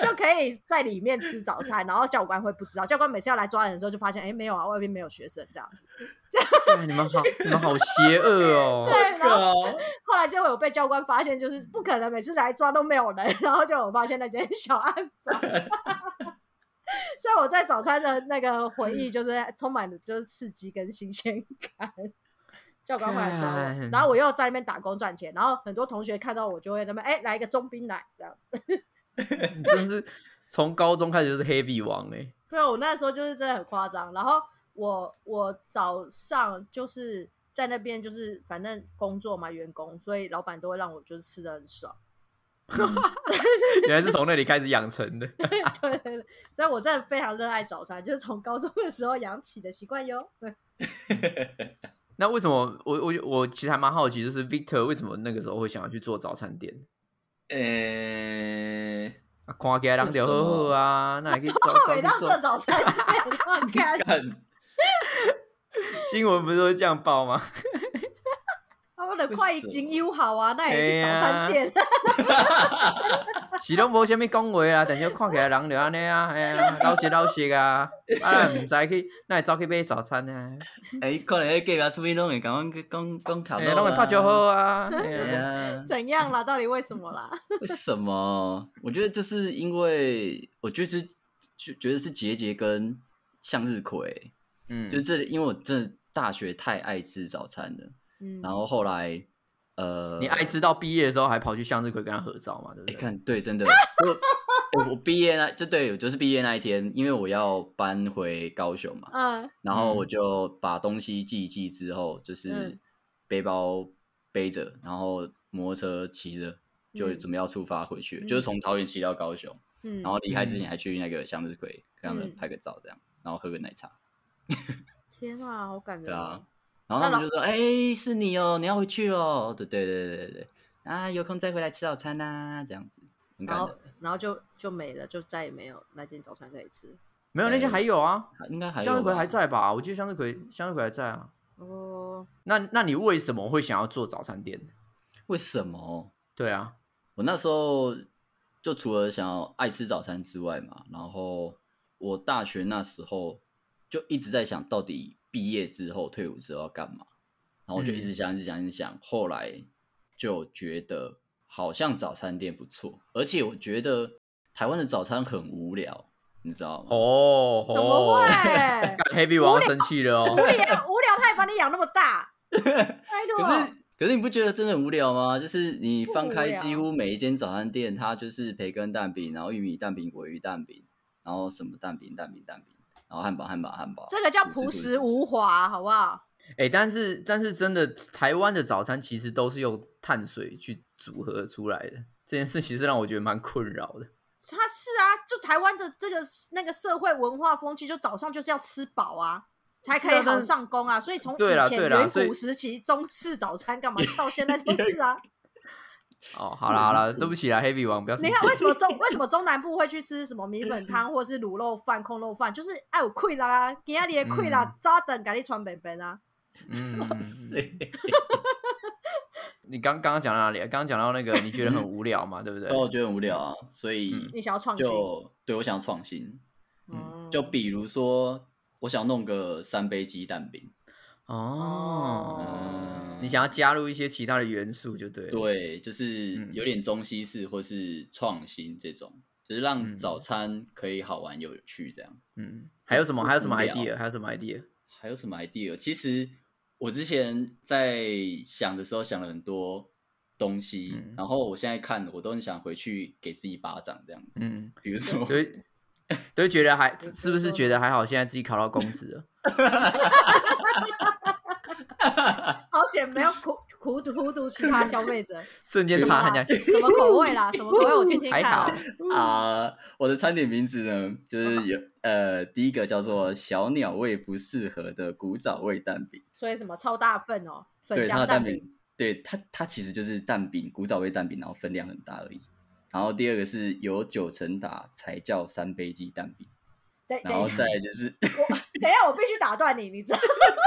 就可以在里面吃早餐，然后教官会不知道，教官每次要来抓人的时候就发现，哎，没有啊，外面没有学生这样子。干你们好，你们好邪恶哦。对，然后靠，后来就有被教官发现，就是不可能每次来抓都没有人，然后就有发现那间小暗房。 <laughs> 所以我在早餐的那个回忆就是充满了就是刺激跟新鲜感。教官会来找我，干然后我又在那边打工赚钱，然后很多同学看到我就会在那边哎、来一个中冰奶这样。你真是从高中开始就是黑笔王哎、对，啊我那时候就是真的很夸张。然后我我早上就是在那边就是反正工作嘛，员工，所以老板都会让我就是吃的很爽。 <laughs> 原来是从那里开始养成的。 <laughs> 对对对，所以我真的非常热爱早餐，就是从高中的时候养起的习惯哟。那为什么我我我其实还蛮好奇，就是 Victor 为什么那个时候会想要去做早餐店？嗯呃，啊，看起来人就好好啊，那 <laughs> 还可以早后早尾到去这做。早餐店，我 <laughs> 看干新闻不是都会这样报吗？他们的快金优好啊，那也是早餐店。啊是拢无啥物讲话啊，但是看起来人就安尼啊，哎呀，老实老实啊，啊，毋知去，那会走去买早餐 <laughs> 啊，哎，可能迄隔壁厝边拢会甲阮讲讲头哎，拢会拍招呼 <laughs> 啊，哎哎呀呀， <laughs> 怎样啦？到底为什么啦？为什么？我觉得这是因为，我觉得是就觉得是杰杰跟向日葵，嗯，就这里，因为我真的大学太爱吃早餐了，嗯，然后后来呃，你爱吃到毕业的时候还跑去向日葵跟他合照嘛，对不对？哎、看对，真的，我我我毕业那，就对我就是毕业那一天，因为我要搬回高雄嘛，嗯然后我就把东西寄一寄之后，就是嗯背包背着，然后摩托车骑着，就嗯准备要出发回去，就是嗯从桃园骑到高雄，嗯，然后离开之嗯前还去那个向日葵跟他们嗯拍个照，这样，然后喝个奶茶，天啊，好感人对哦。啊，然后他那老们就说：“哎、是你哦，你要回去哦。”对对对对对对，啊，有空再回来吃早餐啦、这样子，很感然后人。然后就就没了，就再也没有那间早餐可以吃。没有那些还有啊，应哎该还有向日葵吧还在吧？我记得向日葵向日葵还在啊。哦，那那你为什么会想要做早餐店？为什么？对啊，我那时候就除了想要爱吃早餐之外嘛，然后我大学那时候就一直在想到底毕业之后退伍之后要干嘛，然后我就一直想，一直想，一直想，后来就觉得好像早餐店不错，而且我觉得台湾的早餐很无聊，你知道吗？哦，怎么会？黑皮王生气了无哦。聊无聊，他也把你养那么 <laughs> 大，拜托。可是可是你不觉得真的很无聊吗？就是你翻开啊不无聊几乎每一间早餐店，它就是培根蛋饼，然后玉米蛋饼、鲑鱼蛋饼，然后什么蛋饼、蛋饼、蛋饼，然后汉堡、汉堡、汉堡。这个叫吐朴司实。吐无司华，好不好？哎，但是但是真的，台湾的早餐其实都是用碳水去组合出来的，这件事其实让我觉得蛮困扰的。他是啊，就台湾的这个那个社会文化风气，就早上就是要吃饱啊，才可是以啊但好上工啊。所以从对啦以前对啦远所以古时期中式早餐 <laughs> 干嘛，到现在都是啊。哦，好啦好嗯啦，对不起啦，黑皮王，不要生你气。看为什么中为什么中南部会去吃什么米粉嗯汤或是卤肉饭、空肉饭，就是哎有溃啦，今天你的溃啦，早等给你传本本啊。嗯，你刚刚刚讲到哪里啊？刚刚讲到那个你觉得很无聊嘛，对不对但？我觉得很无聊啊，所以嗯你想要创新，就对我想要创新，嗯就比如说我想弄个三杯鸡蛋饼，哦，哦你想要加入一些其他的元素就对了。对，就是嗯有点中西式或是创新这种，就是让嗯早餐可以好玩有趣这样。嗯，还有什么？还有什么无聊 idea？还有什么 idea？还有什么 idea？其实我之前在想的时候想了很多东西，嗯然后我现在看我都很想回去给自己巴掌这样子。嗯，比如说，对，都会觉得还我是不是觉得还好？现在自己考到公职 <laughs> 了，好险没有苦苦毒荼毒其他消费者，瞬间差很家什么口味啦，什么口味我听听看还好啊。 <laughs> 啊、我的餐点名字呢，就是 <laughs> 有呃，第一个叫做小鸟胃不适合的古早味蛋饼，所以什么超大份哦，粉对它浆的蛋饼，饼，对它它其实就是蛋饼古早味蛋饼，然后分量很大而已。然后第二个是有九层塔才叫三杯鸡蛋饼，等然等后一下，再来就是 <laughs> 等一下，我必须打断你，你知道吗？ <laughs>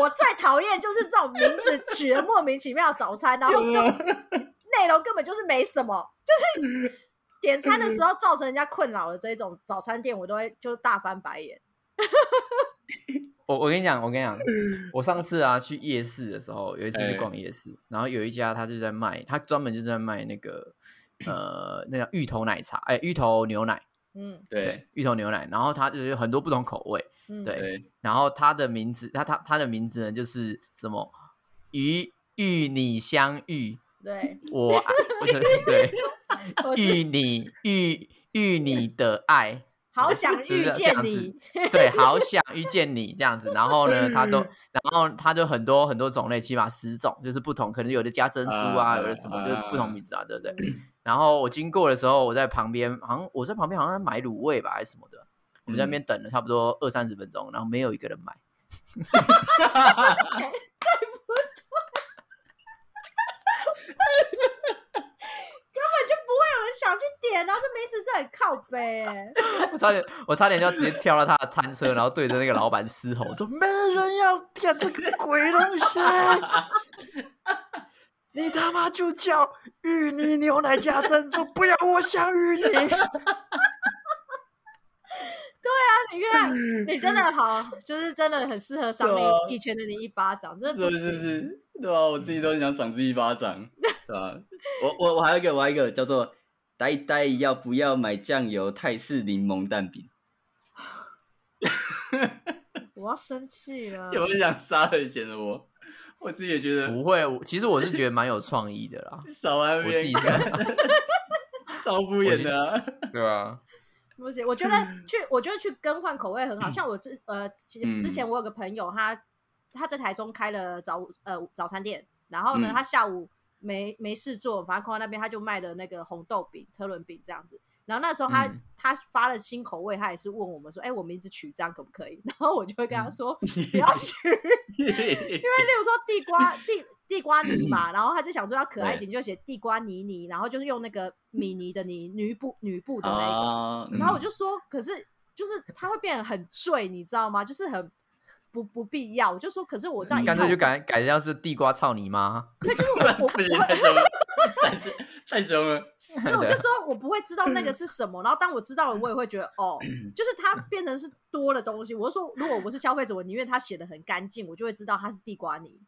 我最讨厌就是这种名字取的莫名其妙的早餐，然后就内容根本就是没什么，就是点餐的时候造成人家困扰的这种早餐店，我都会就大翻白眼。我我跟你讲，我跟你 <laughs> 讲，我上次啊去夜市的时候，有一哎次去逛夜市，然后有一家他就在卖，他专门就在卖那个呃那叫芋头奶茶，哎、芋头牛奶，嗯对，芋头牛奶，然后它就是有很多不同口味，嗯，对对然后它的名字，它它它的名字呢就是什么与与你相遇，对，我爱不 <laughs> 是对我是与你遇遇你的爱， <laughs> 好想就是遇这见样你嗯子，对，好想遇见你这样子。然后呢，它都，然后它就很多很多种类，起码十种，就是不同，可能有的加珍珠啊，啊有的什么，啊就是不同名字啊，对不对？嗯然后我经过的时候，我在旁边，好像我在旁边好像在买卤味吧，还是什么的。嗯我们在那边等了差不多二三十分钟，然后没有一个人买。 <laughs> 根本就不会有人想去点啊！这名字真的很靠背、欸，我差点，我差点就要直接跳到他的摊车，然后对着那个老板嘶吼说：“嗯没人要点这个鬼东西，你他妈就叫芋泥牛奶加珍珠，不要我想芋泥。那你看， <laughs> 你真的好，就是真的很适合赏嗯对啊你以前的你一巴掌，真的不 <laughs> 是不是行。是？对啊，我自己都很想赏自己一巴 <laughs> 掌，对啊？我我我还有一个，我还有一个叫做“呆呆要不要买酱油泰式柠檬蛋饼我要生气”，了。 <laughs> 有没有想杀了以前的我？我自己也觉”得不会，我其实我是觉得蛮有创意的啦，少安我自己边在超敷衍的啊、对啊，不行，我觉得去，我觉得去更换口味很好。像我之呃，其嗯之前我有个朋友，他他在台中开了早呃早餐店，然后呢，嗯他下午没没事做，反正空到那边他就卖的那个红豆饼、车轮饼这样子。然后那时候他、嗯他发了新口味，他也是问我们说，哎、我名字取这样可不可以？然后我就会跟嗯他说，不要取， <laughs> 因 <laughs> 为例如说地瓜地地瓜泥嘛，然后他就想说要可爱一点，就写地瓜泥泥，然后就是用那个米泥的泥女布女布的那个。啊！然后我嗯就说，可是就是它会变得很醉，你知道吗？就是很不不必要。我就说，可是 <laughs> 我这样你一嗯干脆套就改改叫是地瓜操你妈。对，就是我我 <laughs> 不行，太凶了，太凶，太凶了。对，我就说我不会知道那个是什么。然后当我知道了，我也会觉得哦，就是它变成是多的东西。我就说，如果我是消费者，我宁愿它写的很干净，我就会知道它是地瓜泥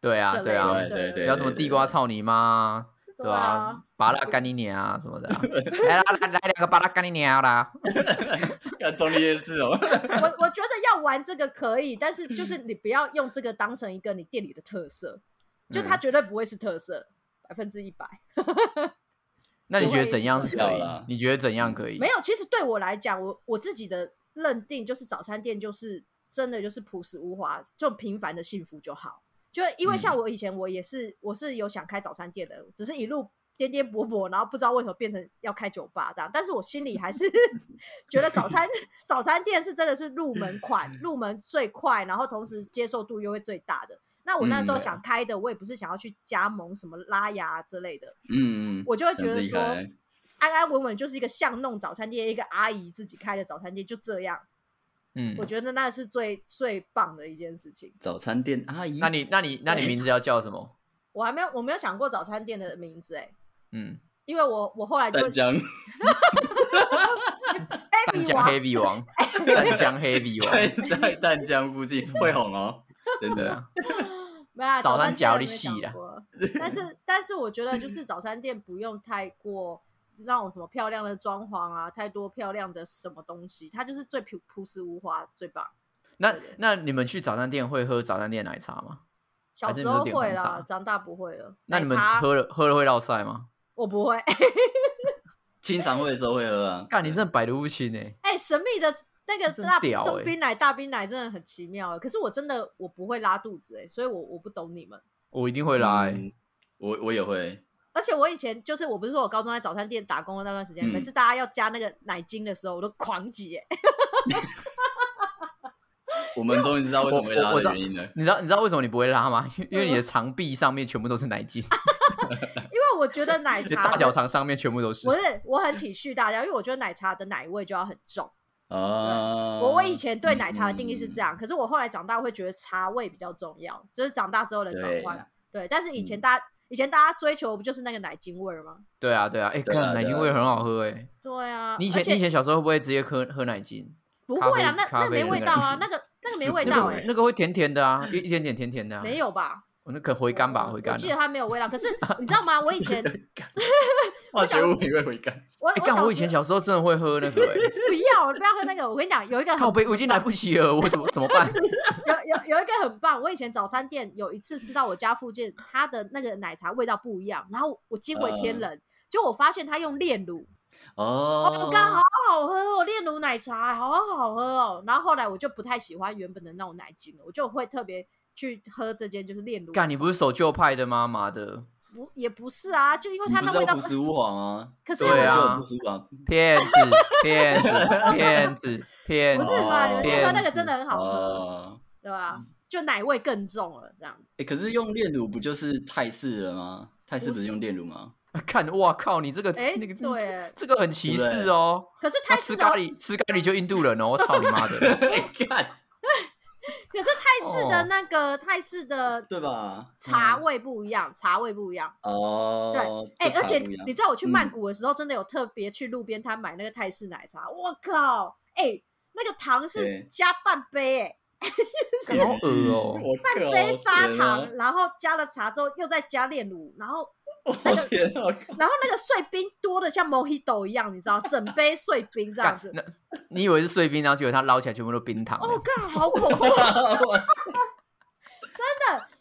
对啊，这类对啊，的。对对不要什么地瓜操你妈，对对啊啊，，巴拉干你娘啊什么的啊，来啦来来两个巴拉干你娘啦，要中立夜市 <laughs> 哦。我我觉得要玩这个可以，但是就是你不要用这个当成一个你店里的特色，就它绝对不会是特色，百分之一百。那你就觉得会怎样是可要以啦？你觉得怎样可以？没有，其实对我来讲，我我自己的认定就是早餐店就是真的就是朴实无华，这种平凡的幸福就好。就因为像我以前我也是、我是有想开早餐店的，只是一路颠颠簸簸，然后不知道为什么变成要开酒吧这样。但是我心里还是 <laughs> 觉得早餐早餐店是真的是入门款，入门最快，然后同时接受度又会最大的。那我那时候嗯想开的，我也不是想要去加盟什么拉牙之类的，嗯，嗯我就会觉这样得子厉说，害安安稳稳就是一个巷弄早餐店，一个阿姨自己开的早餐店，就这样，嗯我，觉得那是最最棒的一件事情。早餐店阿姨，那你那你那你名字要叫什么？我还没有我没有想过早餐店的名字哎、嗯，因为我我后来就淡江淡 baby 江王黑笔 <laughs> 王，淡江黑笔王， <laughs> 在在淡江附近会红哦，真对的。啊，没有啊早早餐餐夹店没你死想啦过， <laughs> 但是但是我觉得 <laughs> 就是早餐店不用太过那种什么漂亮的装潢啊，太多漂亮的什么东西，它就是最朴朴实无华最棒。那那你们去早餐店会喝早餐店奶茶吗？小还是时你都候点会红啦茶，长大不会了。那你们奶茶喝了喝了会落晒吗？我不会。清肠会的时候会喝啊。干，你真的百毒不侵哎！哎、神秘的那个真大屌中欸冰奶、大冰奶真的很奇妙欸。可是我真的我不会拉肚子哎、所以我我不懂你们。我一定会拉哎。嗯我我也会，而且我以前就是我不是说我高中在早餐店打工的那段时间，嗯每次大家要加那个奶精的时候，我都狂挤、欸。 <laughs> 我们终于知道为什么会拉我我知道的原因了。你知道你知道为什么你不会拉吗？因为因为嗯你的肠壁上面全部都是奶精，啊因为我觉得奶你的茶大小肠上面全部都是我。是我很体恤大家，因为我觉得奶茶的奶味就要很重。啊，我我嗯以前对奶茶的定义是这样，可是我后来长大会觉得茶味比较重要，就是长大之后的转对换啊。对，但是以嗯前大家、以前大家追求不就是那个奶精味儿吗？对啊对啊，哎，对啊看奶精味很好喝哎。对啊，你以而前且你以前小时候会不会直接喝喝奶精？不咖会啦，啡那咖那没啡的味那道个啊，那个那个没味不道会哎、那个会甜甜的啊，一一点点甜甜的啊。没，有吧？我那可回甘吧，回甘我啊。记得它没有味道。可 <laughs> 是你知道吗？我以前化学物品会回甘，我哎，干，我以前小时小时候真的会喝那个哎。 <laughs> 不要不要喝那个。我跟你讲，有一个很靠背，我已经来不及了，我怎么怎么办？有有有一个很棒。我以前早餐店有一次吃到我家附近，它的那个奶茶味道不一样，然后我惊为嗯天人。就我发现它用炼乳，哦哦，刚好好喝哦，炼乳奶茶好好喝哦。然后后来我就不太喜欢原本的那种奶精了，我就会特别去喝这间就是炼乳。干，你不是守旧派的吗？妈的，不也不是啊，就因为你它不那是味道要朴实无华吗？可是对我啊就很朴实无华。骗子，骗子，骗子，骗不子！是吧？哦你们去喝那个真的很好喝，哦，对吧？就奶味更重了，这样。哎，可是用炼乳不就是泰式了吗？泰式不是用炼乳吗？看，哇靠，你这个哎那个，对这个很歧视哦。可是他泰吃式咖的，喱，吃咖喱就印度人哦！我操你妈 <laughs> 的！干，可是泰式哦的那个泰式的对吧？茶味不一样，茶味不一样。哦，对，哎，嗯就而且茶不一样嗯你知道我去曼谷的时候，真的有特别去路边摊买那个泰式奶茶，我靠，哎，那个糖是对加半杯，哎，干好恶哦我靠杯砂天啊糖，然后加了茶之后又再加炼乳，然后我天啊！然后那个碎冰多的像 Mojito 一样，你知道，整杯碎冰这样干子，，那你以为是碎冰，然后结果他捞起来全部都冰糖。啊哦，干，好恐怖。哦我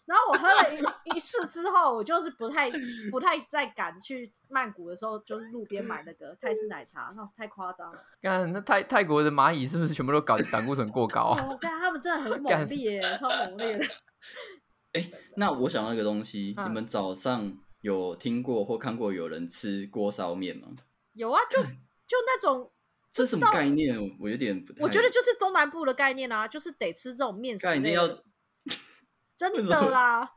然后我喝了一一次之后，我就是不太不太再敢去曼谷的时候，就是路边买那个泰式奶茶，哦，太夸张了。干，那泰泰国的蚂蚁是不是全部都搞胆固醇过高啊？ <laughs> 哦，但他们真的很干猛烈，超猛烈的。那我想到一个东西，嗯你们早上有听过或看过有人吃锅烧面吗？有啊，就就那种，这什么概念？我有点不太……我觉得就是中南部的概念啊，就是得吃这种面食干一定类要的，真为什的么啦。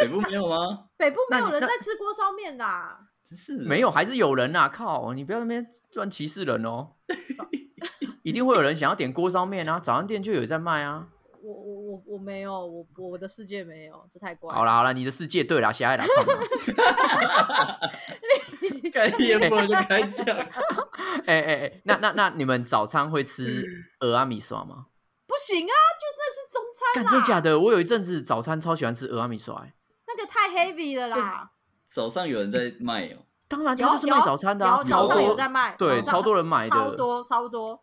北部没有吗？北部没那有你人那在吃锅烧面啊啦，真是没有，还是有人啊！靠，你不要在那边乱歧视人哦。一定会有人想要点锅烧面啊，早餐店就有在卖啊。我我我我没有，我我的世界没有，这太怪。好，啦好啦，你的世界对啦，狭隘啦，操你妈！干烟波就 <laughs> 开讲，哎哎哎，那那那你们早餐会吃俄阿米刷吗？不行啊，就这是中餐干啦，真假的？我有一阵子早餐超喜欢吃俄阿米刷、欸，那个太 heavy 了啦。早上有人在卖哦，当然，有他就是卖早餐的、啊，有超早上多有在卖，对早上超多人买的超多超多。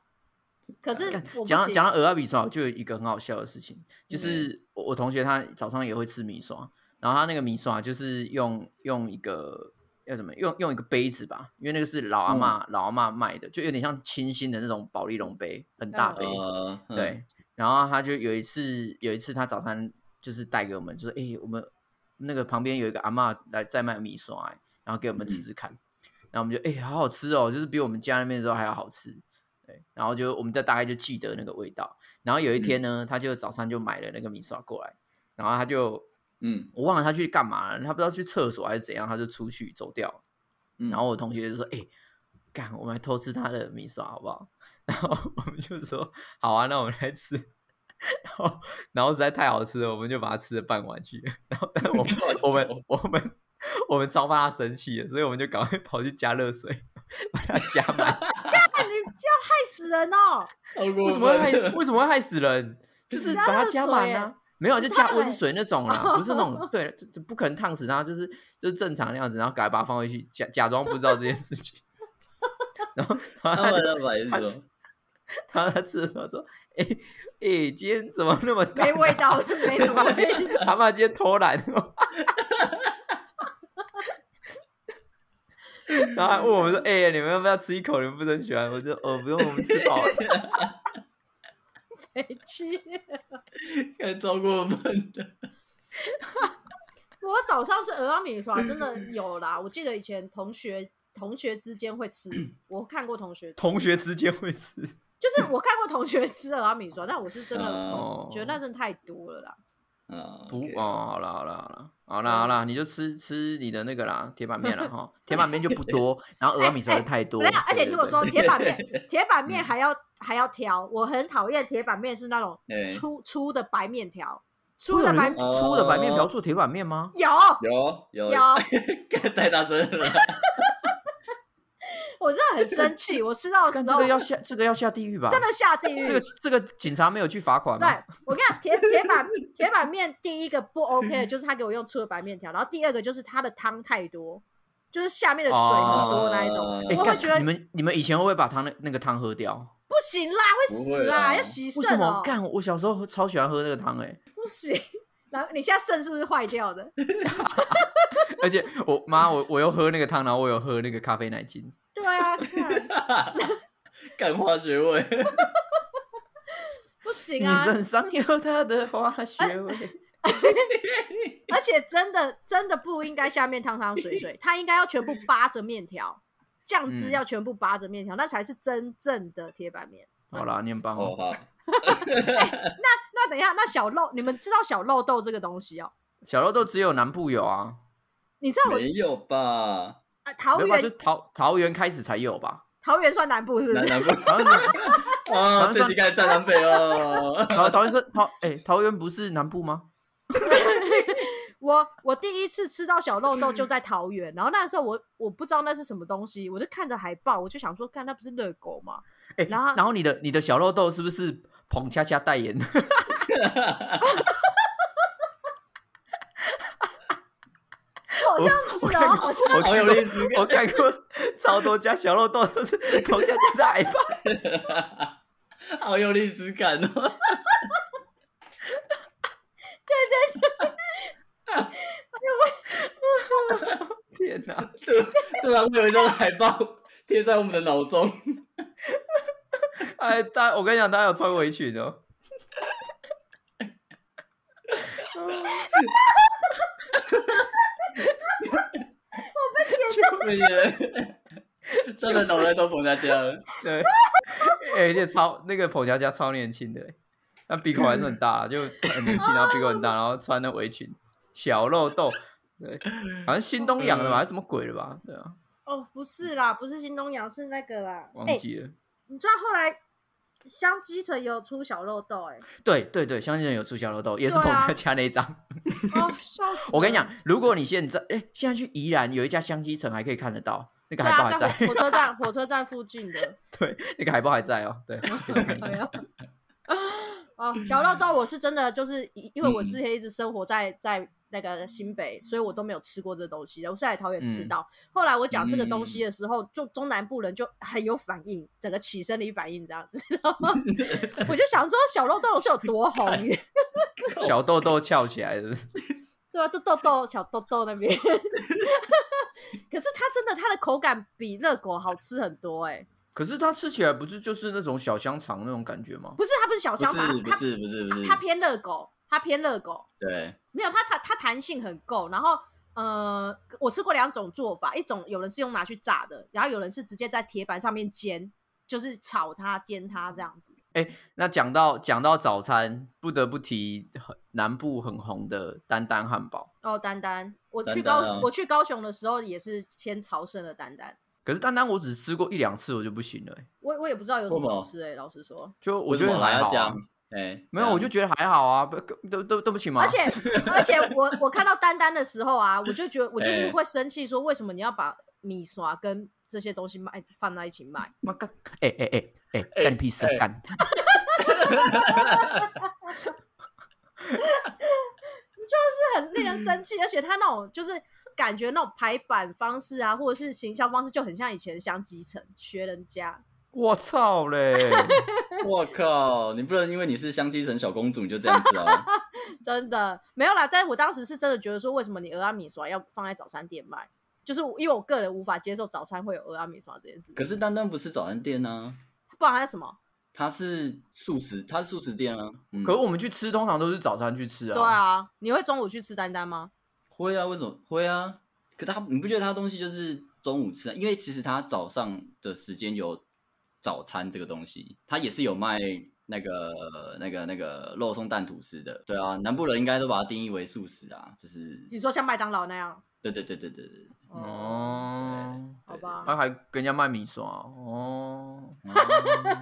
可是我不讲到行嗯讲到鹅阿比烧，就有一个很好笑的事情，就是我我同学他早上也会吃米刷，然后他那个米刷就是用用一个要怎么用用一个杯子吧，因为那个是嗯老阿嬷老阿嬷卖的，就有点像清新的那种保利龙杯，很大杯，呃，嗯，对。然后他就有一次有一次他早餐就是带给我们，就是哎、诶我们那个旁边有一个阿嬷来在卖米刷、诶然后给我们吃吃看，然后我们就哎、诶好好吃哦，就是比我们家那边的时候还要好吃。对，然后就我们就大概就记得那个味道。然后有一天呢，他就早上就买了那个米刷过来，然后他就嗯，我忘了他去干嘛了，他不知道去厕所还是怎样，他就出去走掉了。嗯然后我同学就说：“哎、干，我们来偷吃他的米刷好不好？” <laughs> 然后我们就说：“好啊，那我们来吃。”然后，然后实在太好吃了，我们就把它吃了半碗去了。然后，但我 <laughs> 嗯们 <laughs> 我们我们我们超怕他生气的，所以我们就赶快跑去加热水，把它加满。干你这样害死人 <laughs> 哦！超过为什么 <laughs> 会害分了为什么会害死人？就是加把它热加水满耶啊，没有就不加太温水那 <laughs> 种啦，不是那种对，这这不可能烫死它，就是就是正常那样子，然后赶快把它放回去， <laughs> 假假装不知道这件事情。 <laughs> 然后，然后 <laughs> 他他就们的白是什么？然后他吃的时候说：“哎、哎、今天怎么那么大没味道，没什么阿妈味今天阿妈今天偷懒 <laughs> 哦。然后还问我们说：“哎、你们要不要吃一口？你们不是很喜欢？”我就：“哦，不用，我们吃饱了。 <laughs> 没气。 <laughs> 看超过分的，我早上是鹅阿米刷，真的嗯有啦。我记得以前同学同学之间会吃，我看过同学”吃，嗯同学之间会吃就是我看过同学吃鹅阿米刷，但我是真的嗯哦，觉得那真的太多了啦。啊，不 OK 哦，好了好了好了好嗯了好了，你就吃吃你的那个啦，铁板 <laughs> 面了哈，铁板面就不多，然后鹅哎阿米烧哎的太多对啊，，而且对听我，说，对对铁板面铁板面还要还要挑，我很讨厌铁板面是那种哎粗粗的白面条，粗会有的白人用粗的白面条哦做铁板面吗？有有有 <laughs> 有，，干太大声 <laughs> 了啦，我真的很生气，我吃到的干时这候个要下这个要下地狱吧？真的下地狱。这个这个警察没有去罚款吗？对我跟你讲，铁铁板铁板面第一个不 OK 的就是他给我用粗的白面条，然后第二个就是他的汤太多，就是下面的水很多那一种，哦哎我会干觉得你们你们以前会不会把汤那那个汤喝掉？不行啦，会不死会啦，啦要洗为什肾么哦、干？我小时候喝超喜欢喝那个汤哎、不行。 <laughs> 然后你现在肾是不是坏掉的？而且我妈我我又喝那个汤，然后我有喝那个咖啡奶精。对啊，看 <laughs> 干化学味，不行你啊！身上有它的化学味。 <laughs> 而且真的真的不应该下面汤汤水水，它应该要全 <laughs> 部扒着面条，酱汁嗯要全部扒着面条，那才是真正的铁板面。好啦，你很棒哦哦。好，那等一下，那小肉，你们知道小肉豆这个东西哦？小肉豆只有南部有啊，你知道我没有吧？ <laughs> 呃桃没有吧？园就桃桃园开始才有吧？桃园算南部是不南是？南部好像是啊，这集开始站南北了，桃桃园是桃 <laughs> 哎、桃园不是南部吗？我我第一次吃到小肉豆就在桃园，然后那时候我我不知道那是什么东西，我就看着海报，我就想说，看那不是热狗吗？哎、然后然后你的你的小肉豆是不是彭恰恰代言的？好像是我哦，看好像我好看有过意思，我看过超多家小肉豆都是 <laughs> 彭恰恰的海报。好有历史感哦。天哪！对，突然会有一张海报贴在我们的脑中。哎，大我跟你讲，大家有穿围裙哦。那些人，真的脑袋都冯家家了。对，哎而且超那个彭佳佳超年轻的欸，那鼻孔还是很大，就很年轻，然后鼻孔很大，然后穿那围裙，小肉豆，对，好像新东阳的吧，还是什么鬼的吧？对啊，哦，不是啦，不是新东阳，是那个啦。忘哎、记了。你知道后来香鸡腿也有出小肉豆、哎，对对对，相信人有出小肉豆，也是对彭啊佳佳那一张。哦，笑死！我跟你讲，，如果你现在哎，现在去宜兰有一家香鸡城还可以看得到，那个对海报啊，还在在，火火车站，火车站附近的。对，那个海报还在哦， <laughs> <laughs> 对，可以看一下对啊。嗯哦，小肉豆，我是真的就是因因为我之前一直生活在在那个新北，所以我都没有吃过这东西。我是来桃园嗯吃到。后来我讲这个东西的时候，就中南部人就很有反应，整个起生理反应这样子， <laughs> 知道吗？我就想说，小肉豆是有多 <laughs> 红，小豆豆翘起来的， <laughs> 对吧、啊？就豆豆小豆豆那边， <laughs> 可是它真的它的口感比热狗好吃很多哎、欸。可是它吃起来不是就是那种小香肠那种感觉吗？不是，它不是小不香肠，是不它是不是不是，它偏热狗，它偏热狗。对，没有，它它它弹性很够。然后呃，我吃过两种做法，一种有人是用拿去炸的，然后有人是直接在铁板上面煎，就是炒它、煎它这样子。哎、那讲到讲到早餐，不得不提很南部很红的丹丹汉堡。哦，丹丹，我去丹高丹啊我去高雄的时候也是先朝圣了丹丹，可是丹丹我只吃过一两次，我就不行了、欸我我也不知道有什为什么好么吃哎、老实说，就我为觉什得么还还要好、啊讲。？哎，没有，我就觉得还好啊，不，对对对不啊起嘛。而且而且我我看到丹丹的时候啊，我就觉得我就是哎会生气，说为什么你要把米刷跟这些东西卖放在一起卖？妈干，哎哎哎哎，干你屁事啊哎干！这很令人生气，而且他那种就是感觉那种排版方式啊，或者是行销方式，就很像以前香积城学人家。我操 <laughs> 嘞！我靠，你不能因为你是香积城小公主你就这样子啊！真的没有啦，但我当时是真的觉得说，为什么你鹅阿米刷要放在早餐店卖？就是因为我个人无法接受早餐会有鹅阿米刷这件事情。可是丹丹不是早餐店啊，不然还有什么？它是素食，它是素食店啊。嗯可是我们去吃通常都是早餐去吃啊。对啊，你会中午去吃丹丹吗？会啊，为什么会啊？可他你不觉得他东西就是中午吃啊？因为其实他早上的时间有早餐这个东西，他也是有卖那个那个那个肉松蛋吐司的。对啊，南部人应该都把它定义为素食啊，就是你说像麦当劳那样？对对对对对对。哦，好他吧，还跟人家卖米刷哦。 <laughs>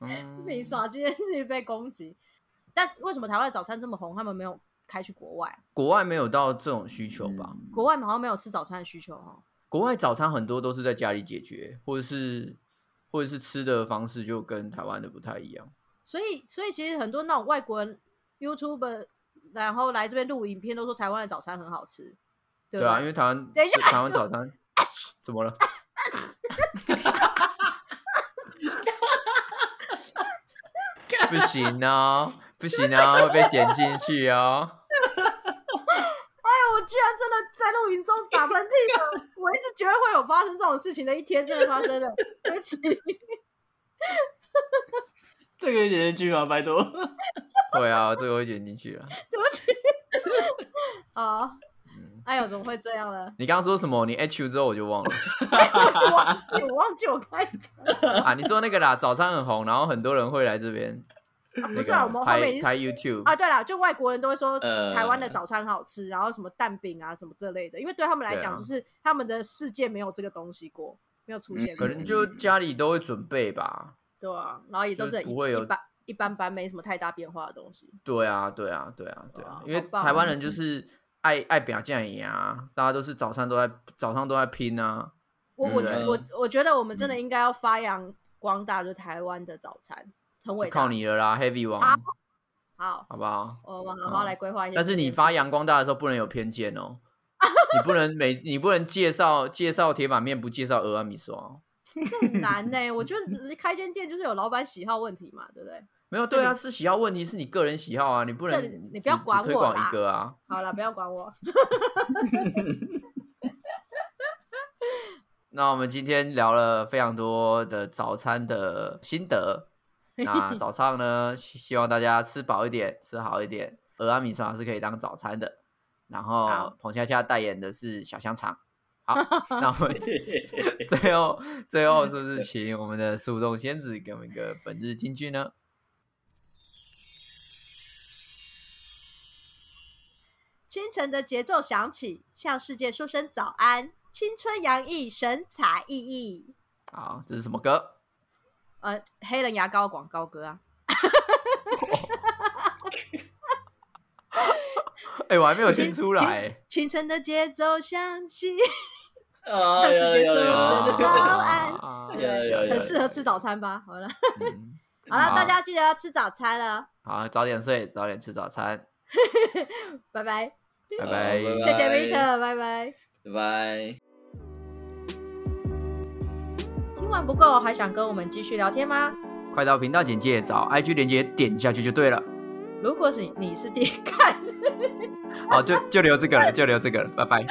嗯米刷今天是被攻击，但为什么台湾的早餐这么红？他们没有开去国外，国外没有到这种需求吧？国外好像没有吃早餐的需求哦。国外早餐很多都是在家里解决，或者是或者是吃的方式就跟台湾的不太一样。所以，所以其实很多那种外国人 YouTuber，然后来这边录影片，都说台湾的早餐很好吃，对对吧？啊，因为台湾等一下啊台湾早 <laughs> 餐怎么了？不行哦，不行哦， <laughs> 会被剪进去哦。哎，我居然真的在录影中打喷嚏 <laughs> 了！我一直觉得会有发生这种事情的一天，真的发生了。对不起， <laughs> 这个写进去吗？拜托。会啊，这个会剪进去啊。对不起。啊，嗯哎呦，怎么会这样 <laughs> 呢？你刚刚说什么？你 H U 之后我就忘了我忘记，我忘记我开讲。啊。你说那个啦，早餐很红，然后很多人会来这边啊不那是啊，个我们后面拍已拍经 YouTube 啊，对了，就外国人都会说呃台湾的早餐好吃，然后什么蛋饼啊什么这类的，因为对他们来对啊讲，就是他们的世界没有这个东西过，没有出现嗯可过，能就家里都会准备吧。对啊，然后也都就是是不一会有一般一般般，没什么太大变化的东西。对啊，对啊，对啊，对哇啊，因为好棒台湾哦人就是爱爱表酱饮啊，大家都是早上都在早上都在拼啊。我嗯我对我我觉得我们真的应该要发扬光大，就台湾的早餐很伟就大靠。你了啦，Heavy 啊王，好，好不好？我们好好来规划一下。但是 <laughs> 你发扬光大的时候不能有偏见哦，你不能每你不能介绍介绍铁板面不介绍鹅阿米刷哦，很难呢， <laughs> 我觉得开间店就是有老板喜好问题嘛，对不对？没有对啊，是喜好问题，是你个人喜好啊，你不能这里你不只要只管推我广啦一个啊。好了，不要管我。那我们今天聊了非常多的早餐的心得。那 <laughs> 早上呢，希希望大家吃饱一点，吃好一点。俄阿米刷是可以当早餐的。然后好彭恰恰代言的是小香肠。 <laughs> 好，那我们最后最后是不是请我们的速冻仙子给我们一个本日金句呢？清晨的节奏响起，向世界说声早安，青春洋溢，神采奕奕。好，这是什么歌？呃，黑人牙膏广告歌啊，哎、我还没有听出来。清晨的节奏响起， <laughs> 啊向世界说呀声早安。啊呀呀呀呀很适合吃早餐吧？好了，嗯好了，好大家记得要吃早餐了，好，早点睡，早点吃早餐。拜拜。拜好拜，拜谢谢拜 Victor，拜拜。拜拜。听完不够，还想跟我们继续聊天吗？快到频道简介找 IG 连接点下去就对了。如果是你是第一看，好，就就留这个了，就留这个了，拜拜。